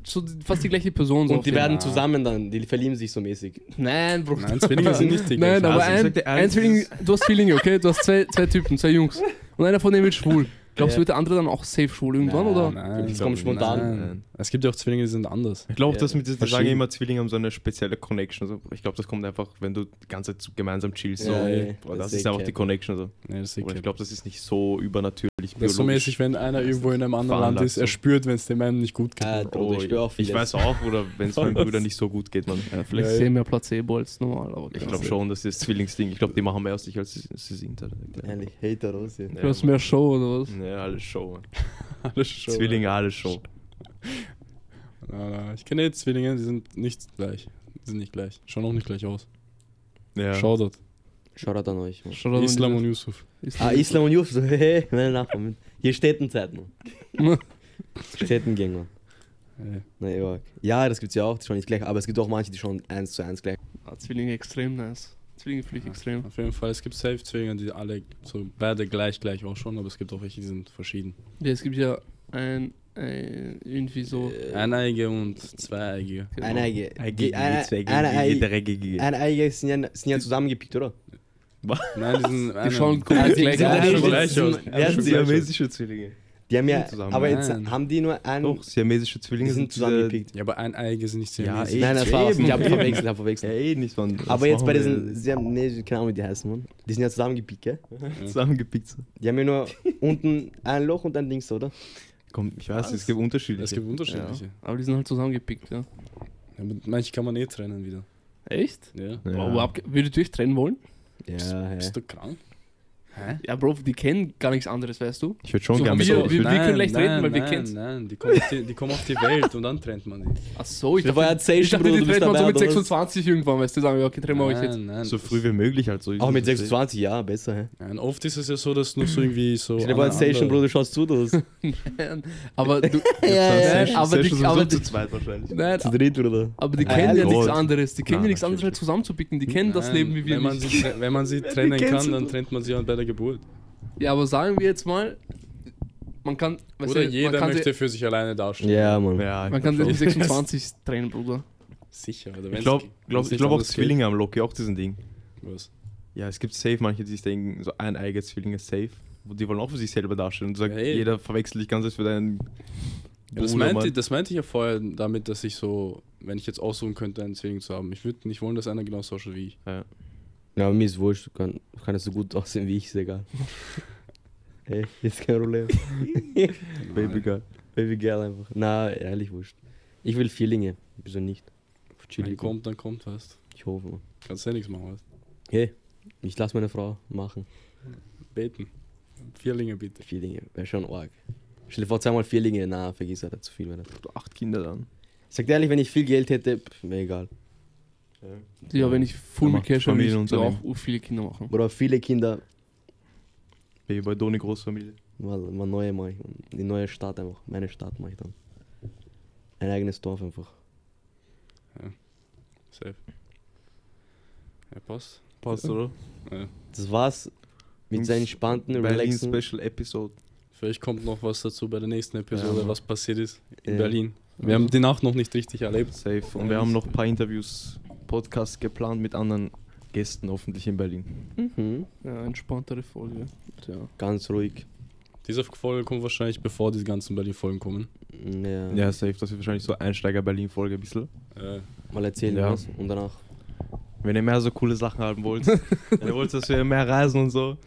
So fast die gleiche Person. So
Und
auf
die
den-
werden
Ja.
zusammen dann, die verlieben sich so
<laughs>
mäßig.
Nein, Bruder.
<laughs>
Nein, Zwillinge sind nicht die
Nein,
gleichen.
aber
Also, ich
ein,
sag dir
ein
ehrlich,
Zwilling, du hast Zwillinge, okay? Du hast zwei, zwei Typen, zwei Jungs. Und einer von denen wird schwul. Glaubst du,
Ja.
wird der andere dann auch safe schwul irgendwann,
Nein,
oder?
Nein,
Das kommt spontan.
Nein. Es gibt ja auch Zwillinge, die sind anders.
Ich glaube,
Ja,
dass mit diesen, die sagen
verschieden.
immer, Zwillinge haben so eine spezielle Connection. So. Ich glaube, das kommt einfach, wenn du die ganze Zeit zu- gemeinsam chillst. so.
Ja, ey,
Boah,
das
das
ist
ist
eh
einfach
cap.
die Connection. So.
Nee, das ist
Aber
okay.
ich glaube, das ist nicht so übernatürlich.
Das ist so mäßig, wenn einer irgendwo in einem anderen Land
Veranlagt
ist, er
so.
spürt, wenn es dem einen nicht gut geht. <laughs>
Äh, Bruder,
Oh,
ich spür auch
ich
vieles.
weiß auch, oder wenn es meinem
Was?
Bruder nicht so gut geht, man. Ja,
Vielleicht
vielleicht.
Ja, ja.
sehen wir Placebo als normal, aber
Ich glaube schon, das ist das Zwillingsding. Ich glaube, die machen mehr aus sich, als sie, sie singt. Alter.
Ehrlich, Hater aus hier.
Ja,
Du hast
Mann.
mehr Show oder was?
Ja, alles Show. Mann.
Alles schon.
Zwillinge, alles Show.
Nein, nein, ich kenne jetzt Zwillinge, die sind nicht gleich. sind nicht gleich. Schauen auch nicht gleich aus.
Ja.
Shoutout.
Shoutout an euch, Mann.
Shoutout an
Islam
die-
und Yusuf.
Ah, Islam und Yusuf, <laughs> hey, meine Nachbarn. Hier steht ein Zeit, Mann.
<laughs>
Steht ein Gang, Mann.
Ey.
Ne, Ewak. Ja, das gibt's ja auch, die schauen nicht gleich, aber es gibt auch manche, die schauen eins zu eins gleich.
Ah, Zwillinge extrem nice. Zwillinge finde ich extrem.
Auf jeden Fall, es gibt safe Zwillinge, die alle so beide gleich gleich ausschauen, aber es gibt auch welche, die sind verschieden.
Ja, es gibt ja ein, ein irgendwie so.
Äh,
Eineige und Zweieige.
genau.
Eineige.
Eckige,
Eine-
zweckige,
eine-
dreckige. <laughs>
Eineige sind ja, sind ja zusammengepickt, oder?
Nein, die sind
Die schauen
Nein,
komplett
sie-
gleich
sie-
aus.
sie-
aber-
gleich aus.
Ja,
schon
siamesische Zwillinge.
Die haben ja,
Sind zusammen.
aber jetzt
Nein.
haben die nur einen,
Doch, siamesische Zwillinge äh,
die sind
diese-
zusammengepickt.
Ja, aber Eineige sind nicht
Ja,
siamesisch.
eh.
Nein, das war was,
Eben,
ich hab
eben.
verwechselt, hab
Ja,
verwechselt.
eh nicht, Mann. Das
Aber jetzt
machen
bei
wir-
diesen, sie haben, nee, keine Ahnung, wie die heißen, Mann. Die sind ja zusammengepickt, gell?
<laughs> Zusammengepickt. so.
Die haben ja <laughs> nur unten ein Loch und ein Dings, oder?
Komm, ich weiß, nicht, es gibt unterschiedliche.
Es gibt unterschiedliche.
Aber die sind halt zusammengepickt, ja.
Ja, aber manche kann man eh trennen wieder.
Echt?
Ja.
Ja.
Wow, abge- würdet ihr euch trennen wollen?
Ja,
Bist du krank? Hä?
Ja, Bro, die kennen gar nichts anderes, weißt du?
Ich würde schon
So,
gerne mit
wir-
euch.
wir-
reden.
können leicht
nein,
reden, weil wir
nein,
kennen's.
Nein, die kommen, auf die, die kommen auf die Welt und dann trennt man
<laughs>
die.
Ach so, ich
Das war ja
dachte, ich
Zation,
dachte
Bruder,
die
du bist
treffen man so
dabei,
mit
oder was?
26 irgendwann, weißt du? Sagen wir, okay, trennen wir euch jetzt.
Nein, nein.
So früh wie möglich halt. So
Auch mit 26, ja, besser, hä?
Nein, oft ist es ja so, dass nur so irgendwie so.
Ich war
eine
Station,
andere-
Bruder, schaust du <laughs> das?
<laughs> Aber du,
ja,
Nein, aber die- aber die-
zu zweit wahrscheinlich.
nein,
Zu dritt, Bruder.
aber die
Nein,
kennen ja
Gott.
nichts anderes. Die kennen
Nein,
ja nichts anderes, als
natürlich.
zusammenzupicken. Die kennen das
Nein,
Leben wie wir
wenn man
nicht.
Sie, tre- wenn man sie
<laughs>
trennen
kennst
kann,
du
dann
doch.
trennt man sie bei der Geburt.
Ja, aber sagen wir jetzt mal, man kann, weißt
Oder
du, man
jeder
kann
möchte
sie,
für sich alleine dastehen.
Ja, Mann.
Ja,
man kann sie mit 26 trennen, Bruder.
Sicher. Oder
Ich
wenn's-
glaube glaub,
wenn's
ich
nicht
glaub auch
anders geht.
Zwillinge haben Loki auch diesen Ding.
Was?
Ja, es gibt safe manche, die sich denken, so ein eigener Zwilling ist safe. Und Die wollen auch für sich selber darstellen und sagen,
Hey.
jeder verwechselt dich ganz als für deinen.
Ja, das,
Bruder,
meinte,
Mann.
das meinte ich ja vorher damit, dass ich so, wenn ich jetzt aussuchen könnte, einen Zwilling zu haben. Ich würde nicht wollen, dass einer genauso ausschaut wie ich.
Ja, aber mir ist wurscht, du kann, du kannst so gut aussehen wie ich, ist <laughs> egal. Ey, ist kein Problem.
Baby Girl.
Baby girl einfach. Na, ehrlich wurscht. Ich will Vierlinge, wieso nicht? Auf
Wenn
Chili.
kommt, dann kommt, weißt
Ich hoffe, Mann.
Kannst ja nichts machen, weißt
Hey, ich lass meine Frau machen.
Beten. Vierlinge bitte.
Vierlinge, wäre schon arg. Stell dir vor, zweimal Vierlinge, na, vergiss er, zu viel. Alter.
Acht Kinder dann.
Sagt ehrlich, wenn ich viel Geld hätte, pff, mir egal.
Ja, wenn ich full
Ja,
mit Cash habe, würde ich
Familienunternehmen.
auch ur- viele Kinder machen.
Oder viele Kinder,
Baby Boy, Doni, Großfamilie.
mal, mal neue mach ich. Mann. Die neue Stadt einfach, meine Stadt mache ich dann. Ein eigenes Dorf einfach.
Safe. Ja, passt.
Passt, oder?
Das war's mit
Und
seinen entspannten,
Berlin
relaxen.
Special Episode.
Vielleicht kommt noch was dazu bei der nächsten Episode,
Ja.
was passiert ist in
Ja.
Berlin. Wir
Also,
haben die Nacht noch nicht richtig erlebt.
Safe. Und wir haben noch ein paar Interviews, Podcasts geplant mit anderen Gästen, hoffentlich in Berlin.
Mhm.
Ja, entspanntere Folge. Tja.
Ganz ruhig.
Diese Folge kommt wahrscheinlich, bevor die ganzen Berlin-Folgen kommen.
mm, Ja.
Ja, safe. Das ist wahrscheinlich so Einsteiger-Berlin-Folge ein bisschen.
Äh,
Mal erzählen
Ja.
was und danach.
Wenn ihr mehr so coole Sachen haben wollt, wenn ihr wollt, dass wir mehr reisen und so,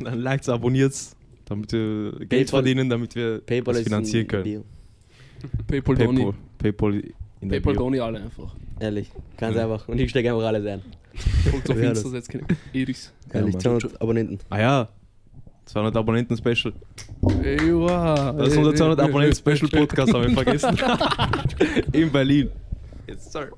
dann liked, abonniert's, damit wir Geld
PayPal-
verdienen, damit wir
PayPal
das
ist
finanzieren
ein
können.
Deal.
Paypal Doni.
PayPal, PayPal in der
Paypal
Bio.
Doni alle einfach.
Ehrlich, ganz
Ja.
einfach. Und ich stecke einfach alles ein.
Folgt auf
Ja,
Insta, setzt keine Iris.
Ehrlich,
Mann.
200 Abonnenten.
Ah ja, 200 Abonnenten Special.
Ey, wow.
Das
äh,
ist unser 200 Abonnenten Special Podcast, haben wir vergessen. in Berlin. Yes, sir.